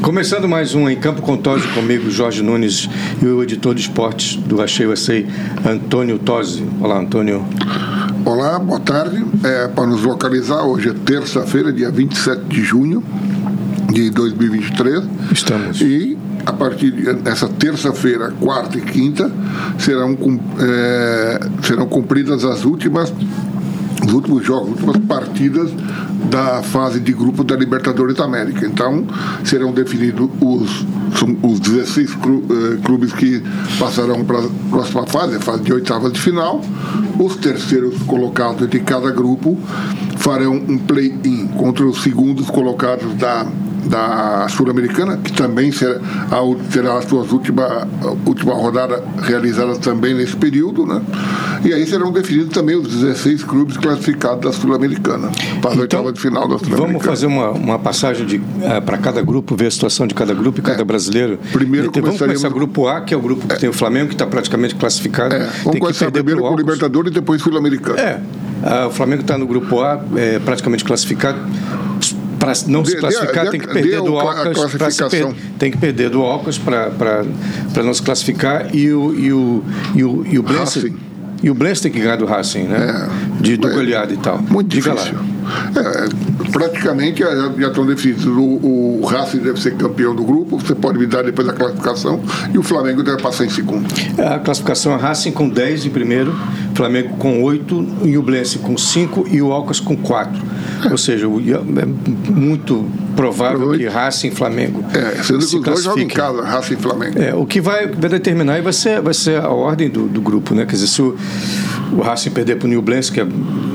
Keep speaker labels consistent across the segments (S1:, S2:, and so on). S1: Começando mais um Em Campo com Tose, comigo Jorge Nunes e o editor de esportes do Achei Você, Antônio Tose. Olá, Antônio.
S2: Olá, boa tarde. É, para nos localizar, hoje é terça-feira, dia 27 de junho de 2023.
S1: Estamos.
S2: E a partir dessa terça-feira, quarta e quinta, serão, é, serão cumpridas as últimas os últimos jogos, as últimas partidas da fase de grupo da Libertadores da América. Então, serão definidos os, os 16 clubes que passarão para a próxima fase, a fase de oitavas de final. Os terceiros colocados de cada grupo farão um play-in contra os segundos colocados da da Sul-Americana, que também será, terá a sua última, última rodada realizada também nesse período, né? E aí serão definidos também os 16 clubes classificados da Sul-Americana, para então, a oitava de final da Sul-Americana.
S1: Vamos fazer uma, uma passagem é, para cada grupo, ver a situação de cada grupo e cada é, brasileiro.
S2: Primeiro
S1: então, vamos começar o grupo A, que é o grupo que é, tem o Flamengo, que está praticamente classificado.
S2: É, vamos tem começar primeiro com o Libertadores e depois Sul-Americana.
S1: É, ah, o Flamengo está no grupo A, é, praticamente classificado para não de, se classificar, de, tem, que perder do Alcas, per, tem que perder do Alcas para não se classificar e o, e o, e o, e o Blessing. E o Bless tem que ganhar do Racing, né? É, de, do é, goleado e tal.
S2: Muito Diga difícil. lá. É, praticamente já, já estão definidos. O, o, Racing deve ser campeão do grupo, você pode me dar depois a classificação, e o Flamengo deve passar em segundo.
S1: A classificação é Racing com 10 em primeiro, Flamengo com 8, e o Bless com 5 e o Alcas com 4. Ou seja, é muito provável que Racing e Flamengo.
S2: É, sendo se que os dois jogam em casa, Racing e Flamengo.
S1: É, o que vai, vai determinar vai ser, vai ser a ordem do, do grupo, né? Quer dizer, se o, o Racing perder para o New Blends, que é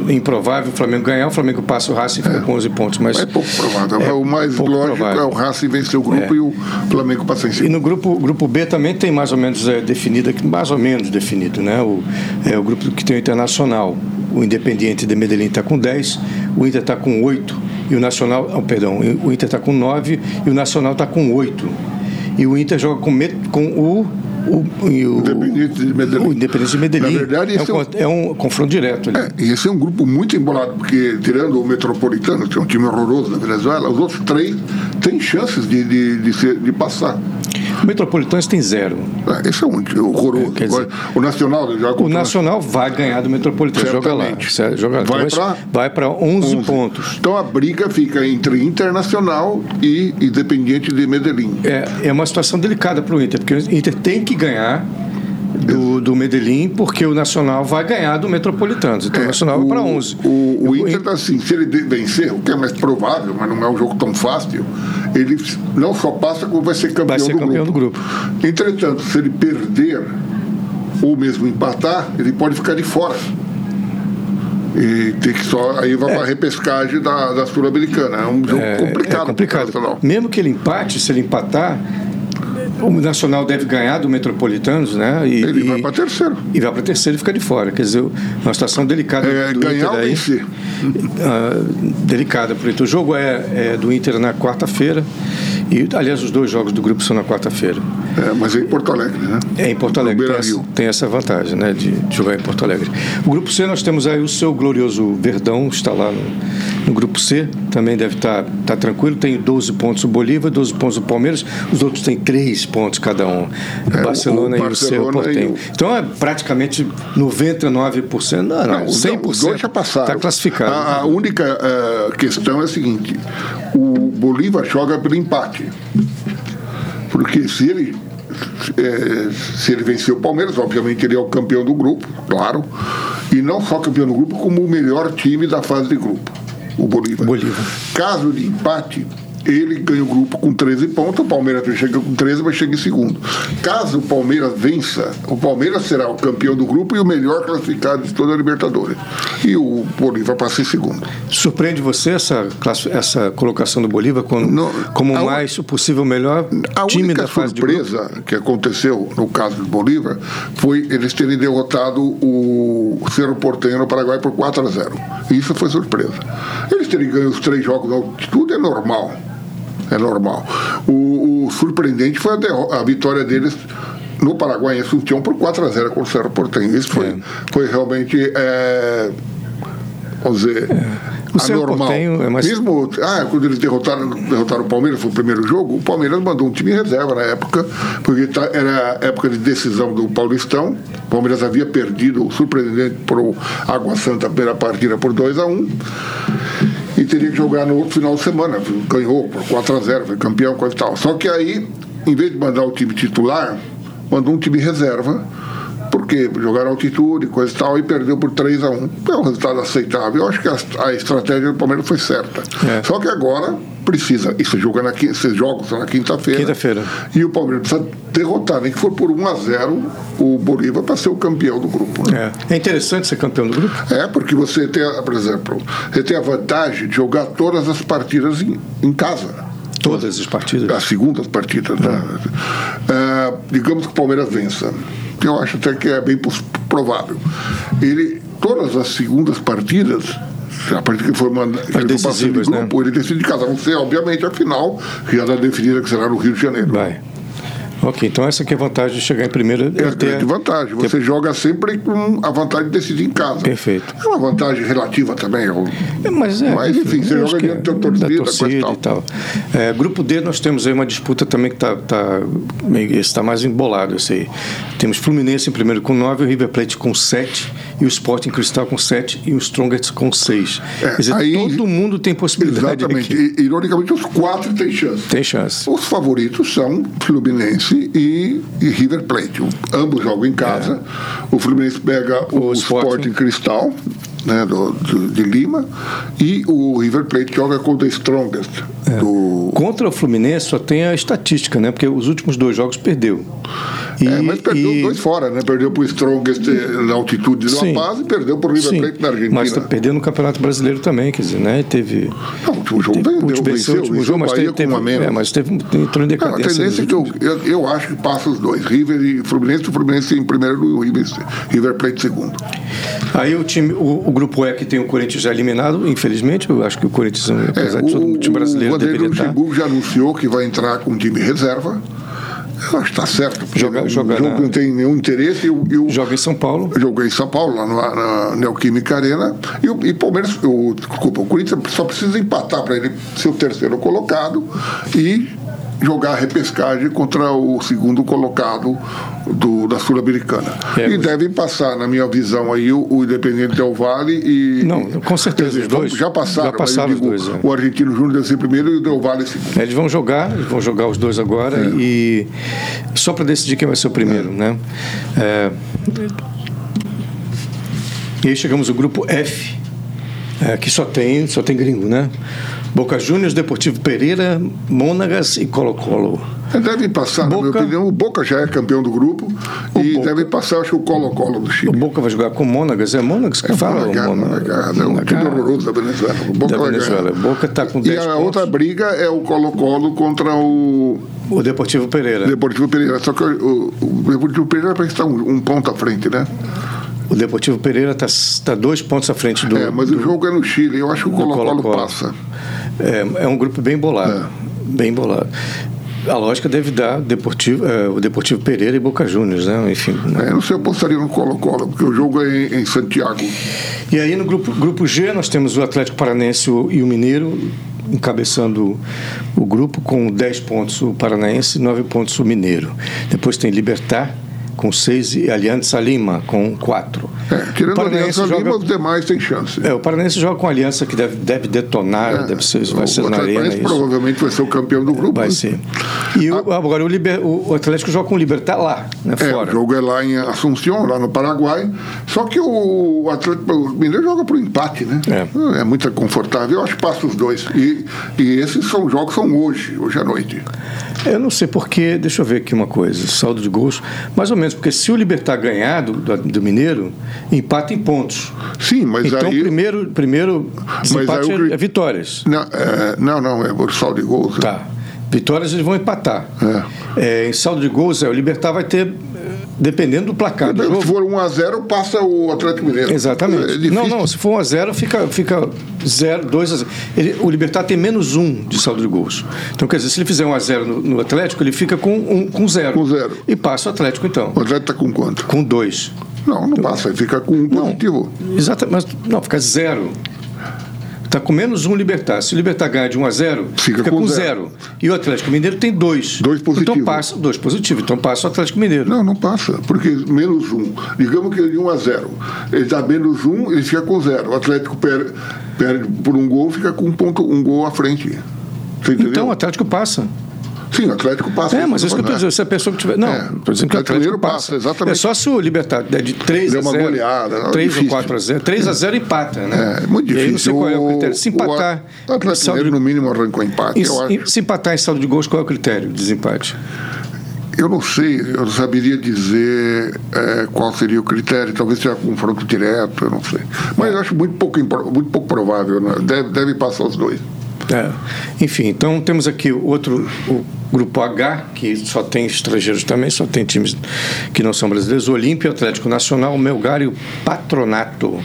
S1: improvável, o Flamengo ganhar, o Flamengo passa o Racing fica é. com 11 pontos. Mas
S2: é pouco provável. É o mais lógico provável. é o Racing vencer o grupo é. e o Flamengo passar em
S1: E
S2: cima.
S1: no grupo, grupo B também tem mais ou menos é, definido, mais ou menos definido, né? O, é, o grupo que tem o Internacional. O Independiente de Medellín está com 10, o Inter está com 8 e o Nacional. Oh, perdão, o Inter está com 9 e o Nacional está com 8. E o Inter joga com, com o o,
S2: o, Independente de Medellín.
S1: O Independente de Medellín.
S2: Na verdade,
S1: é, um, é, um, é um, confronto direto.
S2: Ali. É, esse é um grupo muito embolado, porque tirando o Metropolitano, que é um time horroroso da Venezuela, os outros três têm chances de, de, de, ser, de passar.
S1: O Metropolitano tem zero.
S2: É, esse é um horroroso. É, dizer, o Nacional
S1: joga O Nacional vai ganhar do Metropolitano. Joga lá. Joga, lá. Então, vai para 11, 11, pontos.
S2: Então a briga fica entre Internacional e Independiente de Medellín.
S1: É, é uma situação delicada para o Inter, porque o Inter tem que ganhar do, do Medellín, porque o Nacional vai ganhar do Metropolitano. Então é, o Nacional vai para 11.
S2: O, o, o Inter, assim, se ele vencer, o que é mais provável, mas não é um jogo tão fácil, ele não só passa, como vai ser campeão,
S1: vai ser
S2: do,
S1: campeão
S2: grupo.
S1: do
S2: grupo. Entretanto, se ele perder ou mesmo empatar, ele pode ficar de fora. E tem que só. Aí vai é. para a repescagem da, da Sul-Americana. É um jogo é, complicado. É
S1: complicado. Mesmo que ele empate, se ele empatar, o Nacional deve ganhar do Metropolitanos, né?
S2: E, ele vai para terceiro.
S1: E vai para terceiro e fica de fora. Quer dizer, uma situação delicada.
S2: É,
S1: do
S2: ganhar Inter
S1: aí, si. uh, delicada para o Inter. O jogo é, é do Inter na quarta-feira. E, aliás, os dois jogos do grupo são na quarta-feira.
S2: É, mas é em Porto Alegre, né?
S1: É em Porto Alegre. Tem essa, tem essa, vantagem, né? De, de, jogar em Porto Alegre. O grupo C, nós temos aí o seu glorioso Verdão, está lá no, no grupo C. Também deve estar tá, tá tranquilo. Tem 12 pontos o Bolívar, 12 pontos o Palmeiras. Os outros têm 3 pontos cada um. É, Barcelona, o, o Barcelona e o seu Portenho. O... Então é praticamente 99%. Não, não, não 100%.
S2: Os dois já passaram.
S1: Está Tá classificado.
S2: é A, a única uh, questão é a seguinte: o Bolívar joga pelo empate. Porque se ele, é, se ele vencer o Palmeiras, obviamente ele é o campeão do grupo, claro. E não só campeão do grupo, como o melhor time da fase de grupo, o Bolívar.
S1: Bolívar.
S2: Caso de empate, ele ganha o grupo com 13 pontos, o Palmeiras chega com 13, mas chega em segundo. Caso o Palmeiras vença, o Palmeiras será o campeão do grupo e o melhor classificado de toda a Libertadores. E o Bolívar passa em segundo.
S1: Surpreende você essa, essa colocação do Bolívar como, Não, como a, mais o possível melhor time da fase
S2: de grupo? A surpresa que aconteceu no caso do Bolívar foi eles terem derrotado o Cerro Porteño no Paraguai por 4 a 0. Isso foi surpresa. Eles terem ganho os três jogos na altitude é normal é normal. O, o, surpreendente foi a, a vitória deles no Paraguai em Assunção por 4 a 0 contra o Cerro Porteño. Isso foi, é. foi realmente, é, vamos dizer, é.
S1: O Cerro
S2: anormal.
S1: Porteño é mais-
S2: Mesmo, ah, quando eles derrotaram, derrotaram o Palmeiras, foi o primeiro jogo, o Palmeiras mandou um time em reserva na época, porque tá- era a época de decisão do Paulistão. O Palmeiras havia perdido, surpreendente, para o Água Santa pela partida por 2 a 1 e teria que jogar no outro final de semana. Ganhou por 4x0, foi campeão, coisa e tal. Só que aí, em vez de mandar o time titular, mandou um time reserva, porque jogaram altitude, coisa e tal, e perdeu por 3x1. É um resultado aceitável. Eu acho que a, a estratégia do Palmeiras foi certa.
S1: É.
S2: Só que agora precisa. Isso joga na, quin- esses jogos são na quinta-feira.
S1: Quinta-feira.
S2: E o Palmeiras precisa derrotar, nem que for por 1x0 o Bolívar para ser o campeão do grupo. né?
S1: É. É interessante ser campeão do grupo.
S2: É, porque você tem, a- por exemplo, você tem a vantagem de jogar todas as partidas em, em casa.
S1: Todas as partidas.
S2: As segundas partidas, né? É, digamos que o Palmeiras vença. que Eu acho até que é bem pos- provável. Ele, todas as segundas partidas, a partir que for mandado ele for passando de
S1: decisivas, né?
S2: grupo, ele decide casa. Não sei, obviamente, a final, que já está definida que será no Rio de Janeiro.
S1: Vai. Ok, então essa que é a vantagem de chegar em primeiro.
S2: É a grande vantagem. Você joga sempre com a vantagem de decidir em casa.
S1: Perfeito.
S2: É uma vantagem relativa também. um ao-
S1: É, Mas, é,
S2: Mas, enfim, você
S1: eu
S2: joga
S1: acho que
S2: diante da
S1: é,
S2: torcida,
S1: da
S2: coisa e
S1: torcida
S2: tal.
S1: e tal. É, grupo D, nós temos aí uma disputa também que está tá, meio- esse tá mais embolado. Esse aí. Temos Fluminense em primeiro com 9, o River Plate com 7, e o Sporting Cristal com 7 e o Strongest com 6.
S2: É,
S1: Quer dizer,
S2: aí-
S1: todo mundo tem possibilidade
S2: Exatamente.
S1: aqui.
S2: E, ironicamente, os quatro têm chance.
S1: Tem chance.
S2: Os favoritos são Fluminense e, e River Plate. O- ambos jogam em casa. O Fluminense pega o,
S1: É. O Sporting.
S2: Sporting. Cristal, né, do, do- de Lima, e o River Plate joga contra o Strongest.
S1: É.
S2: Do,
S1: Contra o Fluminense só tem a estatística, né? Porque os últimos dois jogos perdeu. E,
S2: É, mas perdeu
S1: e-
S2: dois fora, né? Perdeu para o Strongest eh, na altitude do
S1: Sim.
S2: Rapaz e perdeu para o River
S1: Sim,
S2: Plate na Argentina.
S1: mas está perdendo no Campeonato Brasileiro também, quer dizer, né? Teve.
S2: Não, o último jogo
S1: Teve-
S2: vendeu,
S1: venceu
S2: venceu,
S1: o último
S2: venceu
S1: jogo,
S2: o
S1: mas
S2: Bahia
S1: teve, teve,
S2: com uma menos.
S1: é, mas teve um- entrou em
S2: Cara, a
S1: decadência.
S2: tendência é que eu, eu, eu acho que passa os dois, River e Fluminense, o Fluminense em primeiro e o River, River Plate em segundo.
S1: né? Aí o time, o, o grupo E que tem o Corinthians já eliminado, infelizmente, eu acho que o Corinthians, apesar de todo o time brasileiro
S2: É, o Vanderlei
S1: deveria estar.
S2: Luxemburgo já anunciou que vai entrar com um time reserva. Eu acho que está certo. porque
S1: Joga-
S2: o
S1: joga
S2: jogo
S1: na-
S2: não tem nenhum interesse. E o, e o-
S1: tá, Joga em São Paulo.
S2: Joguei em São Paulo, lá no- na Neoquímica Arena. E o e o Palmeiras, o, desculpa, o Corinthians só precisa empatar para ele ser o terceiro colocado e jogar a repescagem contra o segundo colocado do- da Sul-Americana.
S1: É,
S2: e
S1: mas-
S2: devem passar, na minha visão, aí o, o Independente Del Vale e.
S1: Não, com certeza,
S2: Quer dizer,
S1: os dois.
S2: Já passaram,
S1: Já passaram
S2: mas eu digo,
S1: os dois, é.
S2: O Argentino Júnior deve ser primeiro e o Del Valle em segundo.
S1: Né, Eles vão jogar, eles vão jogar os dois agora
S2: É.
S1: e só para decidir quem vai ser o primeiro, né? É. E aí chegamos ao grupo F, é, que só tem, só tem gringo, né? Boca Juniors, Deportivo Pereira, Monagas e Colo-Colo.
S2: É, Devem passar, na
S1: Boca-
S2: minha opinião, o Boca já é campeão do grupo e
S1: Boca.
S2: devem passar, acho, o Colo-Colo do Chile.
S1: O Boca vai jogar com o Monagas, é Monagas que fala?
S2: Fala, cara,
S1: Monagas?
S2: cara, é um time
S1: Monagas.
S2: horroroso da Venezuela. O Boca
S1: Da
S2: vai ganhar.
S1: Venezuela. Boca tá com
S2: E
S1: 10
S2: a
S1: pontos.
S2: outra briga é o Colo-Colo contra o
S1: O Deportivo Pereira.
S2: Deportivo Pereira. Só que o, o Deportivo Pereira parece que está um, um ponto à frente, né?
S1: O Deportivo Pereira está tá dois pontos à frente do.
S2: É, mas o jogo é no Chile. Eu acho que o
S1: do
S2: Colo-Colo
S1: Colo-Colo.
S2: passa.
S1: É, é um grupo bem bolado.
S2: É.
S1: Bem bolado. A lógica deve dar Deportivo, é, o Deportivo Pereira e Boca Juniors, né? Enfim. né?
S2: É, não sei, eu apostaria no Colo-Colo, porque o jogo é em, em Santiago.
S1: E aí no grupo, grupo G nós temos o Atlético Paranense e o Mineiro encabeçando o grupo com 10 pontos o Paranaense e 9 pontos o Mineiro. Depois tem Libertar com 6 e Aliança Lima com 4.
S2: É, tirando a Aliança Lima, os demais têm chance.
S1: É, o Paranense joga com aliança que deve, deve detonar, deve ser, vai
S2: É, o
S1: ser na arena.
S2: Atlético
S1: é
S2: Paranaense
S1: Isso.
S2: provavelmente vai ser o campeão do grupo.
S1: Vai ser. E o- agora o, Liber- o- o Atlético joga com o Libertar lá, né,
S2: É,
S1: fora.
S2: o jogo é lá em Assunção, lá no Paraguai. Só que o Atlético Mineiro joga para o empate, né?
S1: É.
S2: É. muito confortável. Eu acho que passa os dois. E, e esses são jogos são hoje, hoje à noite.
S1: Eu não sei porque, deixa eu ver aqui uma coisa, saldo de gols, mais ou menos, porque se o Libertar ganhar do, do- do Mineiro, empata em pontos.
S2: Sim, mas
S1: Então,
S2: aí.
S1: primeiro, primeiro desempate
S2: aí o
S1: é-
S2: Cri-
S1: é vitórias.
S2: Não, é, não, não, é o saldo de gols.
S1: Tá. Vitórias eles vão empatar. É, em saldo de gols, é, o Libertar vai ter, eh, dependendo do placar do
S2: Se
S1: jogo,
S2: for 1 a 0 passa o Atlético Mineiro. É
S1: Exatamente.
S2: difícil.
S1: não, não, se for 1 a 0 fica, fica 0, 2 a 0. Ele, o Libertar tem menos 1 de saldo de gols. Então, quer dizer, se ele fizer 1 a 0 no, no Atlético, ele fica com 1 um, com 0.
S2: Com zero.
S1: E passa o Atlético, então,
S2: O Atlético está com quanto?
S1: com 2.
S2: Não, não passa, ele fica com um positivo.
S1: Exatamente. Mas, não, fica 0. Está com menos um Libertar. Se o Libertar ganhar de 1 a 0,
S2: Fica
S1: fica,
S2: com
S1: com zero.
S2: zero.
S1: E o Atlético Mineiro tem dois.
S2: Dois positivo.
S1: Então passa, dois positivos. Então passa o Atlético Mineiro.
S2: Não, não passa, porque menos um. Digamos que ele é 1 a 0. Ele dá menos um, ele fica com zero. O Atlético per- perde, por um gol, fica com um, ponto, um gol à frente. Você entendeu?
S1: Então o Atlético passa.
S2: Sim, o Atlético passa.
S1: É, mas é isso que eu estou
S2: É.
S1: dizendo. Se a pessoa que tiver. Não,
S2: É,
S1: estou dizendo que
S2: o
S1: o
S2: Atlético
S1: Atlético
S2: passa,
S1: passa.
S2: exatamente.
S1: É só se o Libertar der de 3
S2: Der
S1: a
S2: uma
S1: 0.
S2: goleada, não,
S1: 3
S2: difícil.
S1: ou 4 a 0. 3 a 0 empata, né?
S2: É, muito
S1: E
S2: difícil.
S1: aí não sei qual é o critério. Se empatar.
S2: O
S1: em
S2: Atlético
S1: saldo
S2: Mineiro,
S1: de-
S2: no mínimo, arrancou empate.
S1: em-
S2: Eu,
S1: em-
S2: acho.
S1: se empatar em saldo de gols, qual é o critério de desempate?
S2: eu não sei, eu não saberia dizer é, qual seria o critério. Talvez seja confronto direto, eu não sei.
S1: É.
S2: Mas eu acho muito pouco, impro- muito pouco provável. né? Deve, deve passar os dois.
S1: É. Enfim, então temos aqui outro, o grupo H, que só tem estrangeiros também, só tem times que não são brasileiros. Olímpia, Atlético Nacional, Melgar e o Patronato.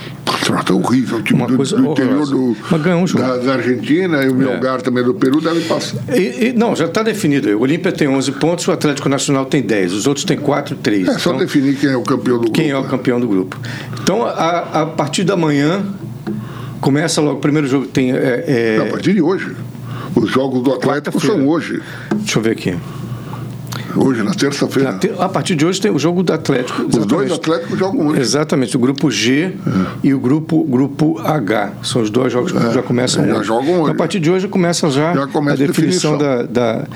S2: Trata horrível. O time
S1: Uma
S2: do,
S1: coisa
S2: do interior
S1: horrorosa.
S2: do,
S1: Mas ganhou um jogo. É.
S2: da, da Argentina e o Melgar também do Peru deve passar.
S1: E, e- não, já está definido. O Olímpia tem 11 pontos, o Atlético Nacional tem 10, os outros têm 4 e 3.
S2: É só definir quem é o campeão do
S1: Então, quem é o
S2: grupo.
S1: campeão do grupo. Então, a, a partir da manhã, começa logo. O primeiro jogo tem. é, é,
S2: A partir de hoje. Os jogos do Atlético são
S1: Quarta-feira.
S2: hoje.
S1: deixa eu ver aqui.
S2: Hoje, na terça-feira.
S1: Na te- A partir de hoje tem o jogo do Atlético.
S2: Os dois um,
S1: exatamente.
S2: Atléticos jogam hoje.
S1: Exatamente, o grupo
S2: É.
S1: G e o grupo, grupo H. São os dois jogos que já começam
S2: É. já
S1: hoje.
S2: jogam hoje.
S1: Então, a partir de hoje começa já,
S2: Já começa
S1: a
S2: a
S1: definição,
S2: definição.
S1: Da,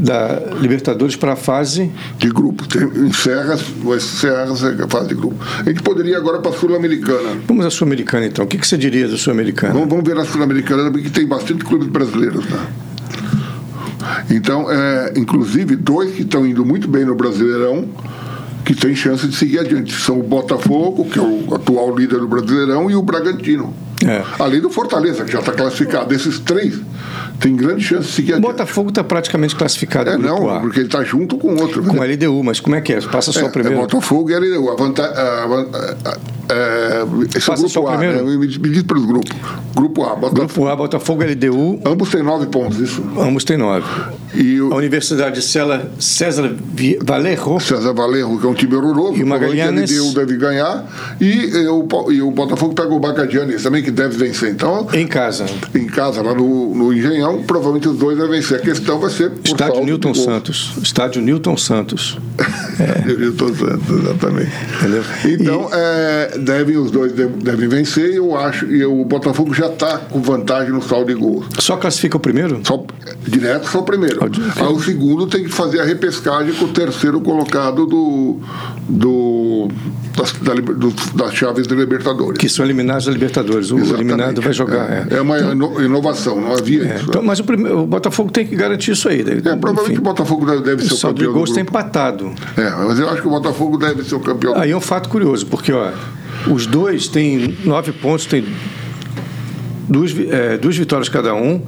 S1: da, da Libertadores para a fase.
S2: de grupo. Tem, encerra, vai encerrar essa fase de grupo. A gente poderia ir agora para a Sul-Americana.
S1: Vamos à Sul-Americana então. O que, que você diria da Sul-Americana?
S2: Vamos, vamos ver a Sul-Americana, porque tem bastante clubes brasileiros, né? Então, é, inclusive, dois que estão indo muito bem no Brasileirão, que tem chance de seguir adiante. São o Botafogo, que é o atual líder do Brasileirão, e o Bragantino.
S1: É.
S2: Além do Fortaleza, que já está classificado. Esses três tem grande chance de seguir
S1: O
S2: adiante.
S1: Botafogo está praticamente classificado
S2: É,
S1: no grupo
S2: não,
S1: A,
S2: porque ele está junto com outro. né?
S1: com a LDU, mas como é que é? Passa só
S2: É,
S1: o primeiro.
S2: É Botafogo e LDU. A vanta, a, van- a- a- esse é
S1: Passa
S2: o grupo
S1: só o
S2: A,
S1: primeiro?
S2: né? me, me diz pelos grupos. Grupo A, Botafogo.
S1: Grupo A, Botafogo, LDU,
S2: Ambos têm nove pontos, isso.
S1: ambos têm nove.
S2: E
S1: A
S2: o
S1: Universidade de Sela- César Vi- Valerro
S2: César Valerro, que é um time horroroso,
S1: E o
S2: provavelmente
S1: Magallanes?
S2: LDU deve ganhar. E, eh, o, Po- e o Botafogo pega o Bacadianes também, que deve vencer. Então,
S1: em casa.
S2: em casa, lá no, no Engenhão, provavelmente os dois devem vencer. A questão vai ser por
S1: Estádio
S2: saldo de
S1: Newton
S2: gol. É.
S1: Santos. Estádio Newton Santos.
S2: Newton Santos, exatamente.
S1: Entendeu?
S2: Então, eh, devem os dois de- devem vencer, eu acho, e o Botafogo já está com vantagem no saldo de gols.
S1: Só classifica o primeiro?
S2: Só, direto só o primeiro.
S1: Ah, de-
S2: Aí o segundo tem que fazer a repescagem com o terceiro colocado do, do, das, da, liber- do- das chaves do Libertadores.
S1: Que são eliminados da Libertadores. O
S2: Exatamente.
S1: eliminado vai jogar.
S2: É,
S1: é.
S2: é uma ino- inovação, não havia
S1: É,
S2: isso.
S1: então, mas o, prime- o Botafogo tem que garantir isso aí.
S2: É, provavelmente o Botafogo deve- deve ser
S1: o
S2: o
S1: saldo de
S2: campeão. do
S1: gols está
S2: grupo.
S1: empatado.
S2: É, mas eu acho que o Botafogo deve ser o campeão.
S1: Aí é um fato curioso, porque ó, os dois têm nove pontos, têm duas, vi- é, duas vitórias cada um,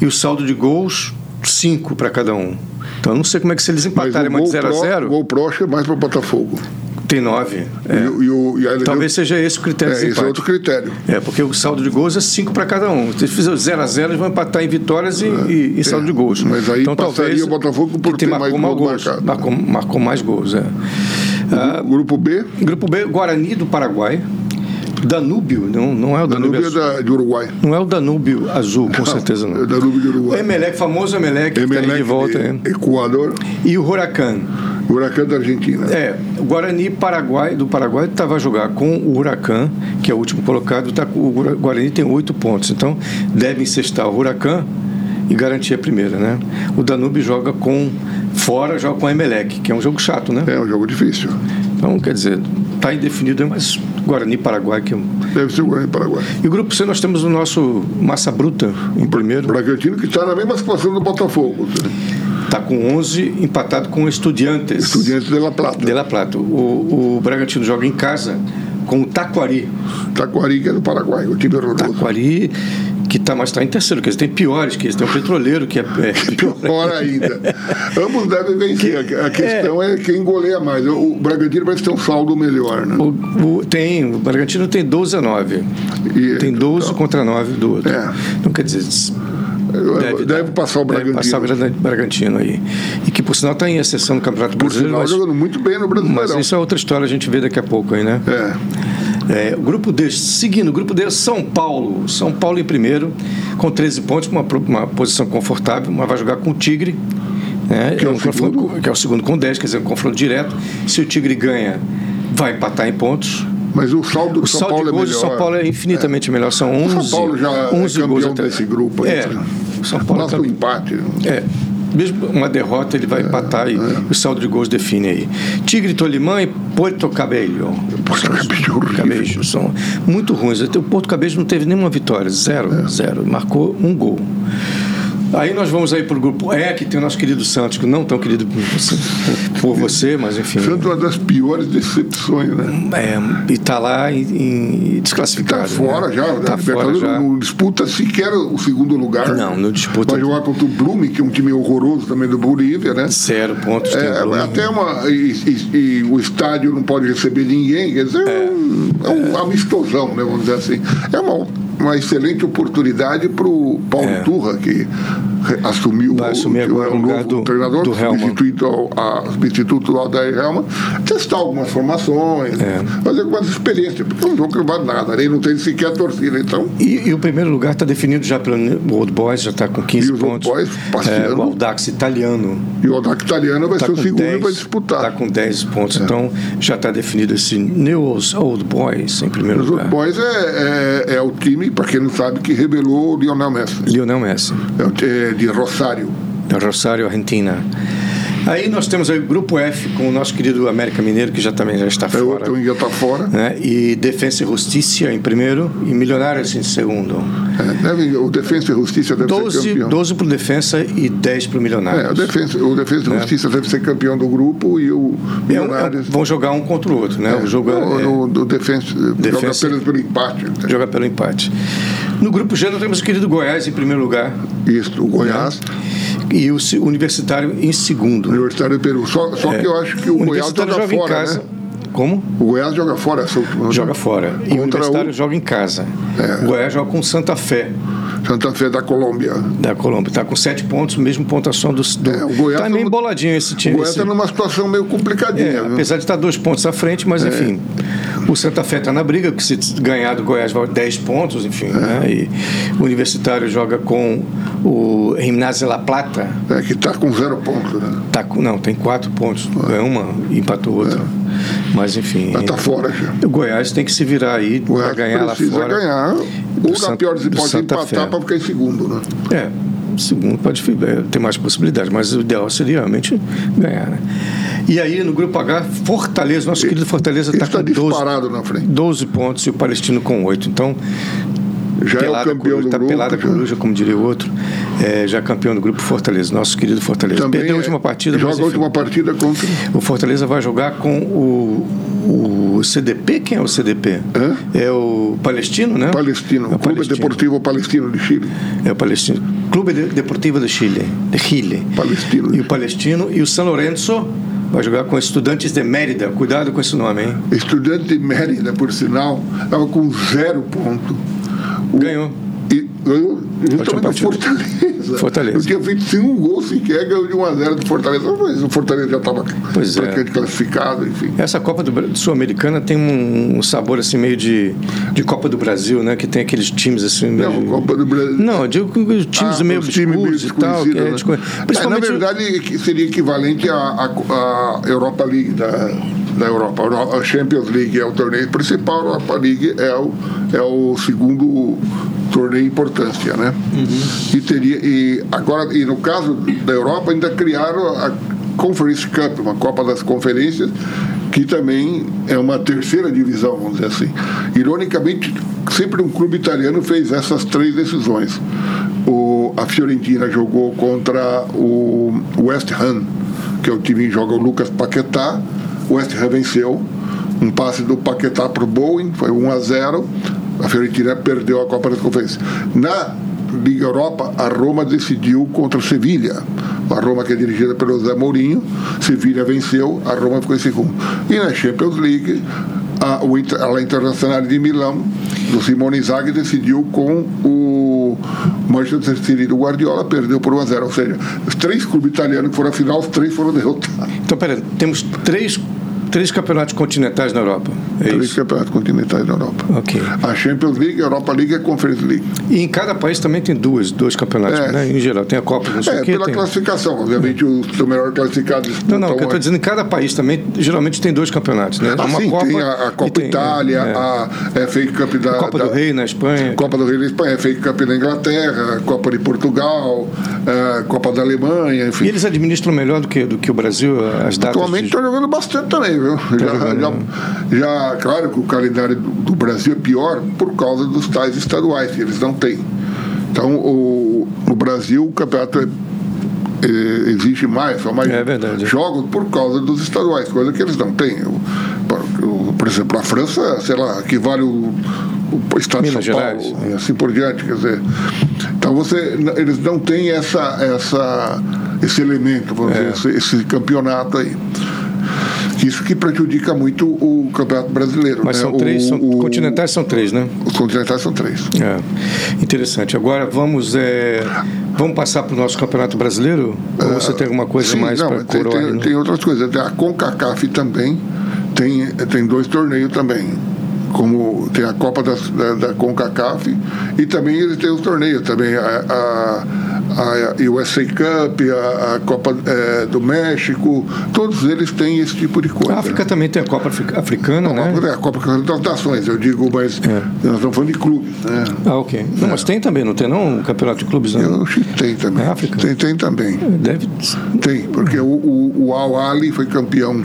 S1: e o saldo de gols, cinco para cada um. Então eu não sei como é que se eles
S2: mas
S1: empatarem mais de 0 a
S2: pro-
S1: 0
S2: gol próximo é mais para o Botafogo.
S1: tem nove. É.
S2: E, o- e o, e a LDU
S1: Talvez seja esse o critério
S2: É,
S1: de
S2: esse é outro
S1: empate.
S2: critério.
S1: É, porque o saldo de gols é cinco para cada um. Se eles fizerem 0 a 0 eles vão empatar em vitórias e, e- e saldo de gols.
S2: É.
S1: Então,
S2: Mas aí passaria o Botafogo por
S1: que
S2: ter
S1: marcou
S2: mais gols
S1: gols.
S2: marcados.
S1: Marcou, marcou mais gols, é.
S2: Grupo B,
S1: Grupo B, Guarani do Paraguai. Danúbio, não, não é o Danúbio,
S2: Danúbio é
S1: Azul.
S2: da, de Uruguai.
S1: Não é o Danúbio Azul, com certeza
S2: É
S1: não.
S2: Danúbio de
S1: O
S2: Uruguai.
S1: Emelec, famoso Emelec, que tá aí
S2: Emelec
S1: de volta. é.
S2: de Equador,
S1: E o Huracan.
S2: Huracan da Argentina.
S1: É, o Guarani Paraguai, do Paraguai estava a jogar com o Huracan, que é o último colocado. Tá, com- o Gura- Guarani tem oito pontos, então deve encestar o Huracan e garantir a primeira, né? O Danúbio joga com fora, joga com o Emelec, que é um jogo chato, né?
S2: É um jogo difícil.
S1: Então, quer dizer, tá indefinido, mas Guarani Paraguai que é um
S2: Deve ser o Guarani Paraguai.
S1: E o grupo C nós temos o nosso Massa Bruta em
S2: O
S1: primeiro,
S2: Bragantino que está na mesma situação do Botafogo. né?
S1: está Tá com 11, empatado com o Estudiantes
S2: Estudiante de La Plata.
S1: de La Plata. O, o Bragantino joga em casa com o Taquari.
S2: Taquari, que é do Paraguai, o time horroroso.
S1: Taquari que tá, mas está em terceiro, que eles têm piores, que eles têm o Petroleiro, que é, é pior.
S2: Pior ainda. Ambos devem vencer. A a questão é, quem goleia mais. O o Bragantino vai ter um saldo melhor. Né?
S1: O, o- tem, o Bragantino tem 12 a 9.
S2: E-
S1: Tem 12 contra 9 do outro.
S2: É.
S1: Então, quer dizer,
S2: Deve,
S1: dar-
S2: passar o
S1: deve
S2: Bragantino.
S1: passar o Gran- Bragantino aí. E que, por sinal, está em exceção do Campeonato
S2: Por
S1: Brasileiro.
S2: sinal,
S1: mas-
S2: jogando muito bem no
S1: Mas
S2: Brasileirão.
S1: isso é outra história, a gente vê daqui a pouco aí, né?
S2: É.
S1: É, o grupo D, seguindo, o grupo D, São Paulo. São Paulo em primeiro, com 13 pontos, uma, uma posição confortável, mas vai jogar com o Tigre. né?
S2: Que é o
S1: um confronto- que é o segundo com 10, quer dizer, um confronto direto. Se o Tigre ganha, vai empatar em pontos.
S2: Mas o saldo do
S1: O
S2: São
S1: saldo
S2: Paulo
S1: de
S2: é
S1: gols
S2: melhor.
S1: do São Paulo é infinitamente melhor. São 11.
S2: São Paulo já é
S1: 11 gols
S2: campeão
S1: até-
S2: desse grupo aí,
S1: É.
S2: né?
S1: O São Paulo
S2: Basta
S1: tá-
S2: o empate.
S1: é. Mesmo uma derrota, ele vai
S2: É,
S1: empatar e o saldo de gols define aí. Tigre, Tolimã e Porto Cabello.
S2: Porto Cabello, horrível.
S1: Cabello, são muito ruins. Até O Porto Cabello não teve nenhuma vitória. Zero,
S2: É.
S1: zero. Marcou um gol. Aí nós vamos aí para o grupo E, que tem o nosso querido Santos, que não tão querido por você, por você, mas enfim.
S2: Santos é uma das piores decepções, né?
S1: É, e está lá em, em- desclassificado.
S2: Está fora
S1: né?
S2: já, né?
S1: Tá fora
S2: Libertadores
S1: já.
S2: não disputa sequer o segundo lugar.
S1: Não, não disputa.
S2: Vai jogar contra o Blume, que é um time horroroso também do Bolívia, né?
S1: Zero pontos.
S2: É,
S1: tem Bruno.
S2: até uma. E, e- e o estádio não pode receber ninguém, quer dizer, é um, é um amistosão, né, vamos dizer assim. É uma, uma excelente oportunidade para o Paulo
S1: É.
S2: Turra, que re- assumiu
S1: Vai assumir
S2: que
S1: agora
S2: é
S1: o lugar
S2: novo
S1: do-
S2: treinador,
S1: do Hellman.
S2: substituído ao, a, substituto do Aldair Helman, testar algumas formações,
S1: É.
S2: fazer algumas experiências, porque não jogo que não vale nada, nem não tem sequer torcida, então.
S1: E, e o primeiro lugar está definido já pelo Old Boys, já está com 15
S2: E os Old
S1: pontos.
S2: Boys passeando.
S1: é, o Aldax italiano
S2: E o Aldair Italiano vai
S1: está
S2: ser
S1: Tá com,
S2: o segundo e
S1: 10,
S2: vai disputar.
S1: tá
S2: É.
S1: com 10 pontos. Então já está definido esse News Old Boys em primeiro
S2: Os
S1: lugar.
S2: Old Boys é, é, é o time, para quem não sabe, que revelou o Lionel Messi.
S1: Lionel Messi,
S2: É o ti- é de Rosário.
S1: da Rosário, Argentina. Aí nós temos aí o Grupo F com o nosso querido América Mineiro, que já também já está
S2: É
S1: fora.
S2: outro ainda está fora.
S1: né? E Defensa e Justiça em primeiro e Milionários em segundo.
S2: É, deve- o Defensa e Justiça deve
S1: 12,
S2: ser campeão.
S1: 12 para o Defensa e 10 para o
S2: É, o
S1: Milionários.
S2: Defensa, o Defensa e Justiça deve ser campeão do grupo e o
S1: É um- é um-
S2: Milionários.
S1: vão jogar um contra o outro, né?
S2: É,
S1: o jogo é-
S2: no,
S1: é-
S2: no- no Defensa, joga
S1: Defensa-
S2: apenas pelo empate. né?
S1: joga pelo empate. No grupo G nós temos o querido Goiás em primeiro lugar
S2: Isso,
S1: É.
S2: o Goiás,
S1: e o se- Universitário em segundo. né?
S2: Universitário do Peru. Só,
S1: É.
S2: só que eu acho que o Goiás
S1: Universitário
S2: joga
S1: em
S2: fora,
S1: casa.
S2: né?
S1: Como?
S2: O Goiás joga fora essa última.
S1: Joga fora. E
S2: Contra
S1: o Universitário
S2: o-
S1: joga em casa.
S2: É.
S1: O Goiás joga com Santa Fé
S2: Santa Fé da Colômbia.
S1: da Colômbia. Está com sete pontos, mesmo pontuação do. do...
S2: É, o Goiás
S1: tá meio
S2: tá no-
S1: emboladinho esse
S2: O
S1: time.
S2: Goiás
S1: esse-
S2: está numa situação meio complicadinha.
S1: É,
S2: viu? É.
S1: apesar de estar dois pontos à frente, mas enfim. O Santa Fé está na briga, que se ganhar do Goiás vai 10 pontos,
S2: É.
S1: enfim. Né? E o Universitário joga com o Gimnasia La Plata.
S2: É, que está com zero pontos. Né?
S1: Tá, com- não, tem quatro pontos. Ganhou uma e empatou outra. Mas enfim.
S2: É. Mas tá está fora já.
S1: O Goiás tem que se virar aí
S2: O
S1: para
S2: Goiás
S1: ganhar lá
S2: precisa
S1: fora.
S2: ganhar, ou na
S1: Santa-
S2: pior
S1: do
S2: hipótese,
S1: Santa Fé.
S2: empatar para ficar em segundo, né?
S1: É, segundo pode fi- é, ter mais possibilidades, mas o ideal seria realmente ganhar. Né? E aí, no grupo H, Fortaleza, nosso querido Fortaleza
S2: Ele
S1: está
S2: está
S1: com 12
S2: tá disparado na frente.
S1: 12 pontos e o Palestino com 8. Então,
S2: Já
S1: pelada
S2: é o campeão
S1: coruja,
S2: do
S1: tá
S2: grupo.
S1: pelada
S2: já.
S1: coruja, como diria o outro, é, já campeão do grupo Fortaleza, nosso querido Fortaleza.
S2: Também
S1: Perdeu a
S2: é-
S1: última partida,
S2: Joga
S1: mas,
S2: a
S1: enfim,
S2: última partida contra.
S1: o Fortaleza vai jogar com o, o CDP. Quem é o CDP?
S2: Hã?
S1: É o Palestino, né?
S2: Palestino,
S1: é o
S2: Clube
S1: Palestino.
S2: Deportivo Palestino de Chile.
S1: É o Palestino. Clube de- Deportivo do Chile. De Chile.
S2: Palestino.
S1: E o Palestino e o San Lorenzo vai jogar com Estudantes de Mérida. Cuidado com esse nome, hein?
S2: Estudante de Mérida, por sinal, estava com zero ponto. O-
S1: Ganhou.
S2: E ganhou justamente do
S1: partida.
S2: Fortaleza.
S1: Fortaleza.
S2: Eu tinha feito cinco um gols sequer, ganhou de 1 a 0 do Fortaleza. Mas o Fortaleza já estava
S1: Pois é.
S2: praticamente classificado, enfim.
S1: Essa Copa do Bra- Sul-Americana tem um, um sabor assim meio de, de Copa do Brasil, né? Que tem aqueles times assim. Meio...
S2: Não, É Copa do Brasil.
S1: Não, eu digo que os times
S2: Ah,
S1: meio
S2: os times meio
S1: obscuros e tal. Que é
S2: desconhecidos,
S1: desconhe-
S2: né?
S1: Principalmente.
S2: É, na verdade, que seria equivalente à, à- à Europa League da, da Europa. A Champions League é o torneio principal, a Europa League é o, é o segundo torneio em importância, né?
S1: Uhum.
S2: E teria e agora e no caso da Europa ainda criaram a Conference Cup, uma Copa das Conferências, que também é uma terceira divisão, vamos dizer assim. Ironicamente, sempre um clube italiano fez essas três decisões. O, a Fiorentina jogou contra o West Ham, que é o time que joga o Lucas Paquetá. O West Ham venceu. Um passe do Paquetá para o Bowen, foi 1 a 0 A Fiorentina perdeu a Copa das Conferências. Na Liga Europa, a Roma decidiu contra a Sevilha. A Roma que é dirigida pelo Zé Mourinho, Sevilha venceu, a Roma ficou em segundo. E na Champions League, a, o Inter- a La Internacional de Milão, do Simone Inzaghi, decidiu com o Manchester City do Guardiola, perdeu por 1x0. Ou seja, os três clubes italianos que foram à final, os três foram derrotados.
S1: Então, pera, temos três Três campeonatos continentais na Europa. É
S2: Três
S1: isso.
S2: campeonatos continentais da Europa.
S1: Ok.
S2: A Champions League, a Europa League e a Conference League.
S1: E em cada país também tem duas, dois campeonatos,
S2: É.
S1: né? Em geral, tem a Copa, não sei
S2: É,
S1: o quê.
S2: pela
S1: tem-
S2: classificação. Obviamente, os o melhor classificados
S1: Não, não, o que eu
S2: disputam
S1: estou dizendo, em cada país também, geralmente tem dois campeonatos, né?
S2: Então, Ah, sim, tem a, a
S1: e
S2: Copa
S1: tem-
S2: Itália,
S1: é,
S2: a é, FA Cup da,
S1: Copa
S2: da-
S1: do Rei na Espanha.
S2: Copa do Rei da Espanha, FA Cup da Inglaterra, Copa de Portugal, eh, Copa da Alemanha,
S1: E
S2: enfim.
S1: eles administram melhor do que, do que o Brasil eh, as datas.
S2: Atualmente
S1: de...
S2: estão jogando bastante também, viu? Já, já, já- claro que o calendário do do Brasil é pior por causa dos tais estaduais, que eles não têm. Então, o, no Brasil, o campeonato é, é, exige mais, são mais
S1: É verdade.
S2: jogos por causa dos estaduais, coisa que eles não têm. O- por- o- por exemplo, a França, sei lá, equivale o, o estado
S1: Minas
S2: de São
S1: Gerais.
S2: Paulo, e assim por diante, quer dizer. Então você, n- eles não têm essa, essa, esse elemento, vamos
S1: É.
S2: dizer, esse, esse campeonato aí. Isso que prejudica muito o campeonato brasileiro.
S1: Mas
S2: né?
S1: são três,
S2: O-
S1: são,
S2: o-
S1: continentais são três, né?
S2: Os continentais são três.
S1: É. Interessante. Agora vamos, é, vamos passar para o nosso Campeonato Brasileiro? Ou você tem alguma coisa
S2: Eh, Sim,
S1: mais
S2: não,
S1: para
S2: tem,
S1: coroar? né? aí,
S2: tem,
S1: não?
S2: tem outras coisas. Tem a CONCACAF também, tem, tem dois torneios também. Como tem a Copa da, da, da CONCACAF e também eles têm os torneios também, a, a, a USA Cup, a, a Copa eh, do México, todos eles têm esse tipo de coisa.
S1: A África também tem a Copa Africa- Africana,
S2: Não, a
S1: né?
S2: Copa- a Copa das Nações, eu digo, mas
S1: É.
S2: nós estamos falando de clubes, né?
S1: Ah, ok. Não, mas tem também, não tem não? Um campeonato de clubes,
S2: Eu
S1: não?
S2: acho que tem também.
S1: Na É África?
S2: Tem, tem também.
S1: Deve.
S2: Tem, porque o, o, o Al Ali foi campeão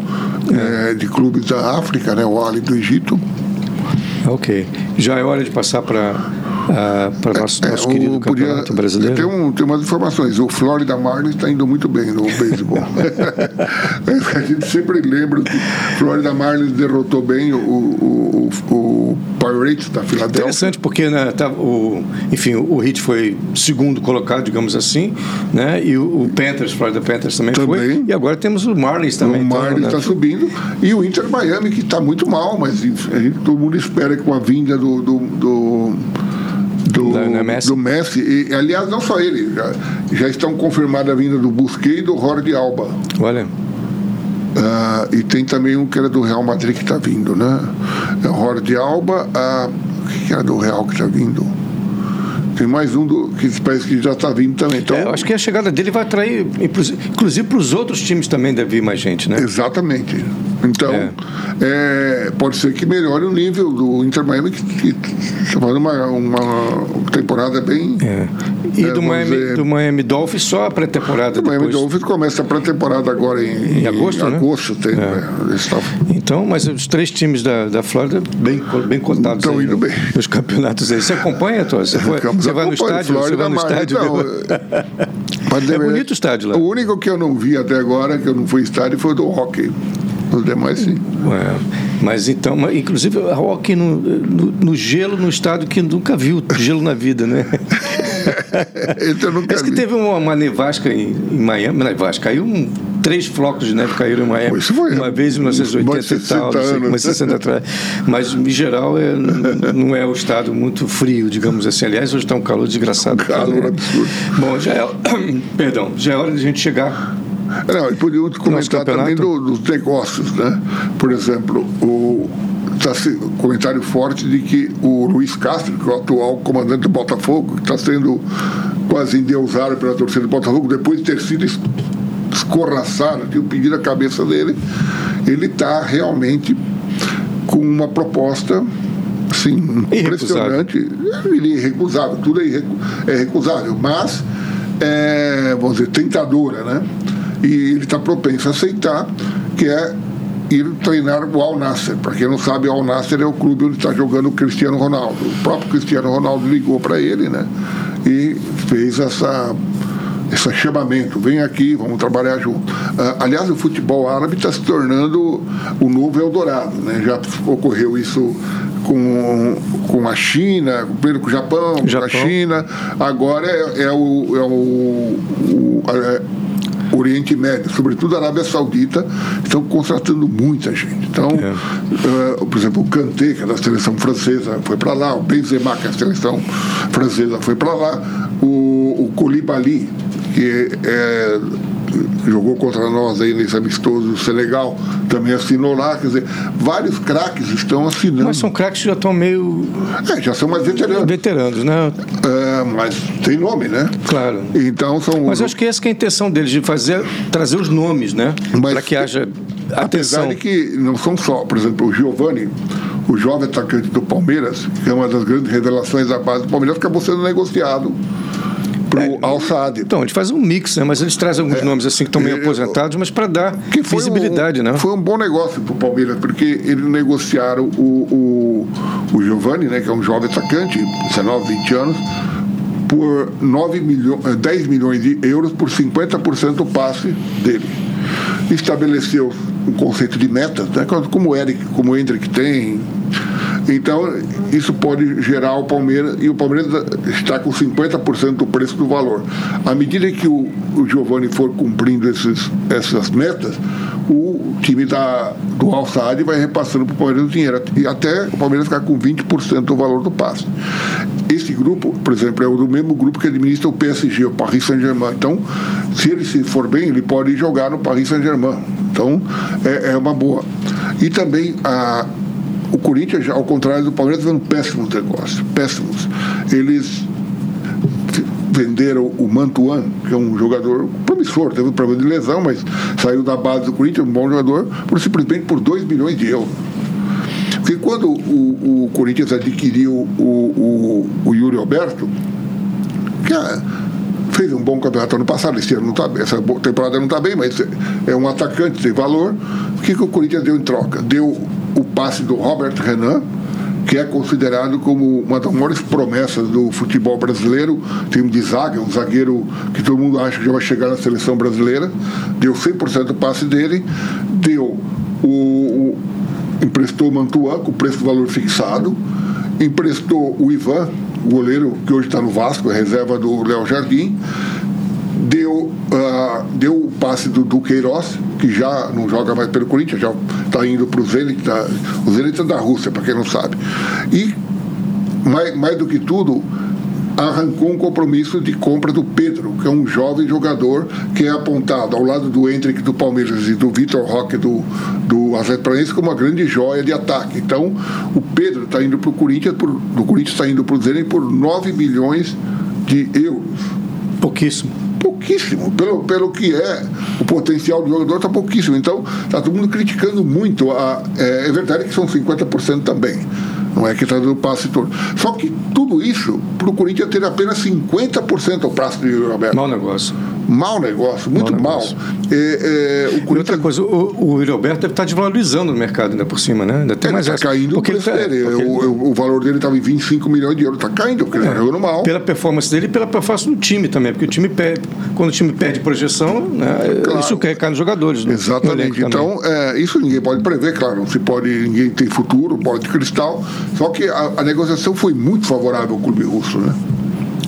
S2: eh, de clubes da África, né? O Al Ali do Egito.
S1: Ok. Já é hora de passar para ah, para nosso,
S2: É,
S1: nosso
S2: o-
S1: querido
S2: podia-
S1: Campeonato Brasileiro.
S2: Tem, um, tem umas informações. O Florida Marlins está indo muito bem no beisebol. A gente sempre lembra que o Florida Marlins derrotou bem o, o, o, o Pirates da Filadélfia.
S1: Interessante porque né, tá- o, enfim, o Hit foi segundo colocado, digamos assim, né? E o, o Panthers, Florida Panthers também, foi.
S2: Também.
S1: E agora temos o Marlins também.
S2: O
S1: então,
S2: Marlins
S1: né?
S2: está subindo. E o Inter Miami, que está muito mal, mas enfim, a gente- todo mundo espera que com a vinda do. do, do do,
S1: Lionel Messi.
S2: do Messi, e aliás, não só ele, já, já estão confirmadas a vinda do Busquets e do Jorge Alba.
S1: Olha,
S2: Ah, e tem também um que era do Real Madrid que está vindo, né? É o Jorge Alba, ah, o que que era do Real que está vindo? Tem mais um do, que parece que já está vindo também. Então,
S1: é, eu acho que a chegada dele vai atrair, inclusi- inclusive para os outros times também deve vir mais gente, né?
S2: Exatamente. Então,
S1: É.
S2: é, pode ser que melhore o nível do Inter Miami, que que está fazendo uma, uma temporada bem.
S1: É. E
S2: É,
S1: do,
S2: vamos
S1: Miami,
S2: dizer-
S1: do Miami Dolphins só a pré-temporada
S2: O Miami
S1: depois.
S2: Dolphins começa a pré-temporada agora em,
S1: Em agosto, né?
S2: agosto, tem, é, eles estão-
S1: Então, mas os três times da, da Flórida bem, co- bem cotados
S2: Tão
S1: aí
S2: indo
S1: no-
S2: bem.
S1: nos campeonatos aí. Você acompanha, Tô? Você, foi-
S2: Ficamos
S1: você vai no
S2: acompanhando.
S1: estádio? Você
S2: Flórida,
S1: vai no
S2: mas-
S1: estádio?
S2: então,
S1: viu?
S2: é- mas
S1: É
S2: deve-
S1: bonito o estádio lá.
S2: O único que eu não vi até agora, que eu não fui estádio, foi o do hockey. Os demais, sim.
S1: É, mas então, mas, inclusive, a hockey no, no, no gelo, no estado que nunca viu gelo na vida, né?
S2: Esse eu nunca
S1: Parece que
S2: vi.
S1: teve uma, uma nevasca em, em Miami, nevasca, caiu um, três flocos de neve caíram em Miami.
S2: Isso foi
S1: uma vez em 1980 e tal, não sei,
S2: 60
S1: mas 60 atrás. Mas, em geral, é, n- não é um estado muito frio, digamos assim. Aliás, hoje está um calor desgraçado. né?
S2: Calor absurdo.
S1: Bom, já é, perdão, já é hora de a gente chegar
S2: Não, e podíamos comentar
S1: campeonato?
S2: também do- dos negócios, né? Por exemplo, o tá se- o comentário forte de que o Luiz Castro, que é o atual comandante do Botafogo, que está sendo quase endeusado pela torcida do Botafogo, depois de ter sido es- escorraçado, tinham pedido a cabeça dele, ele está realmente com uma proposta assim,
S1: Irrecusável.
S2: impressionante. Ele é irrecusável, tudo é irrecu- é recusável, mas é, vamos dizer, tentadora, né? E ele está propenso a aceitar, que é ir treinar o Al Nasser. Para quem não sabe, o Al Nasser é o clube onde está jogando o Cristiano Ronaldo. O próprio Cristiano Ronaldo ligou para ele, né? E fez essa esse chamamento, vem aqui, vamos trabalhar junto. Ah, aliás, o futebol árabe está se tornando o novo Eldorado, né? Já ocorreu isso com, com a China, primeiro com o Japão, com
S1: Japão.
S2: a China, agora é, é o, é o, o- é o Oriente Médio, sobretudo a Arábia Saudita, estão contratando muita gente. Então, ah, por exemplo, o Kanté, que é da seleção francesa, foi para lá, o Benzema, que é da seleção francesa, foi para lá, o, o Koulibaly, que é jogou contra nós aí nesse amistoso do Senegal, também assinou lá. Quer dizer, vários craques estão assinando.
S1: Mas são craques que já estão meio.
S2: É, já são mais veteranos.
S1: Veteranos, né?
S2: É, mas tem nome, né?
S1: Claro.
S2: Então são.
S1: Mas acho que essa que é a intenção deles, de fazer, trazer os nomes, né?
S2: Mas
S1: Para que haja
S2: Apesar
S1: atenção.
S2: de que não são só, por exemplo, o Giovani, o jovem atacante do Palmeiras, que é uma das grandes revelações da base do Palmeiras, acabou sendo negociado para o Al Saad.
S1: É, Então, eles fazem um mix, né? Mas eles trazem alguns nomes assim que estão meio
S2: Eu-
S1: aposentados, mas para dar
S2: É. Que foi
S1: visibilidade,
S2: um,
S1: né?
S2: Foi um bom negócio para o Palmeiras, porque eles negociaram o, o, o Giovani, né, que é um jovem atacante, 19, 20 anos, por 9 milho, eh, 10 milhões de euros por 50% do passe dele. Estabeleceu um conceito de metas, né, como o Eric, como o Hendrick tem. Então, isso pode gerar o Palmeiras, e o Palmeiras eh, está com 50% do preço do valor. À medida que o, o Giovanni for cumprindo esses, essas metas, o time da, do Al Saad vai repassando para o Palmeiras o dinheiro, e até o Palmeiras ficar com 20% do valor do passe. Esse grupo, por exemplo, é o do mesmo grupo que administra o PSG, o Paris Saint-Germain. Então, se ele se for bem, ele pode jogar no Paris Saint-Germain. Então, é, é uma boa. E também a, o Corinthians, ao contrário do Palmeiras, fazendo péssimos negócios, péssimos. Eles venderam o Mantuan, que é um jogador promissor, teve um problema de lesão, mas saiu da base do Corinthians, um bom jogador, por simplesmente por 2 milhões de euros. Porque quando o, o Corinthians adquiriu o, o, o Yuri Alberto, que ah, fez um bom campeonato ano passado, esse ano não tá, bem, essa bo- temporada não está bem, mas é um atacante, tem valor. O que, que o Corinthians deu em troca? Deu o passe do Robert Renan, que é considerado como uma das maiores promessas do futebol brasileiro, time de zaga, um zagueiro que todo mundo acha que já vai chegar na seleção brasileira, deu 100% do passe dele, deu o, o- emprestou o Mantuan com preço e valor fixado, emprestou o Ivan, goleiro que hoje está no Vasco, é reserva do Léo Jardim, deu, ah, deu o passe do Duqueiroz, que já não joga mais pelo Corinthians, já está indo para o Zenit, da- o Zenit é da Rússia, para quem não sabe. E, mais, mais do que tudo, arrancou um compromisso de compra do Pedro, que é um jovem jogador que é apontado ao lado do Hendrick do Palmeiras e do Vitor Roque do, do Atlético Paranaense como uma grande joia de ataque. Então, o Pedro está indo para o Corinthians, por, do Corinthians está indo para o Zenit por 9 milhões de euros
S1: Pouquíssimo.
S2: pouquíssimo. Pelo, pelo que é o potencial do jogador, está pouquíssimo. Então, está todo mundo criticando muito. A, é, é verdade que são 50% também. Não é que está dando passe todo. Só que tudo isso, para o Corinthians ter apenas 50% ao prazo de Roberto.
S1: Mau negócio.
S2: Mau negócio, muito
S1: Mau
S2: mal.
S1: negócio.
S2: É, é, o
S1: E outra
S2: Corinthians
S1: coisa, o, o Yuri Alberto deve estar desvalorizando no mercado ainda por cima, né? Ainda tem
S2: ele
S1: mais
S2: está
S1: essa.
S2: tá caindo o
S1: porque ele
S2: preço
S1: tá,
S2: dele.
S1: porque ele-
S2: é
S1: É.
S2: O, o- o valor dele estava em 25 milhões de euros. Está caindo, porque ele está jogando mal.
S1: pela performance dele e pela performance do time também, porque o time perde, quando o time perde projeção, né,
S2: Claro.
S1: isso cai cai nos jogadores. né? no- no
S2: Exatamente.
S1: elenco também.
S2: Então, é, isso ninguém pode prever, claro. Não se pode, ninguém tem futuro, bola de cristal. Só que a, a negociação foi muito favorável ao clube russo, né?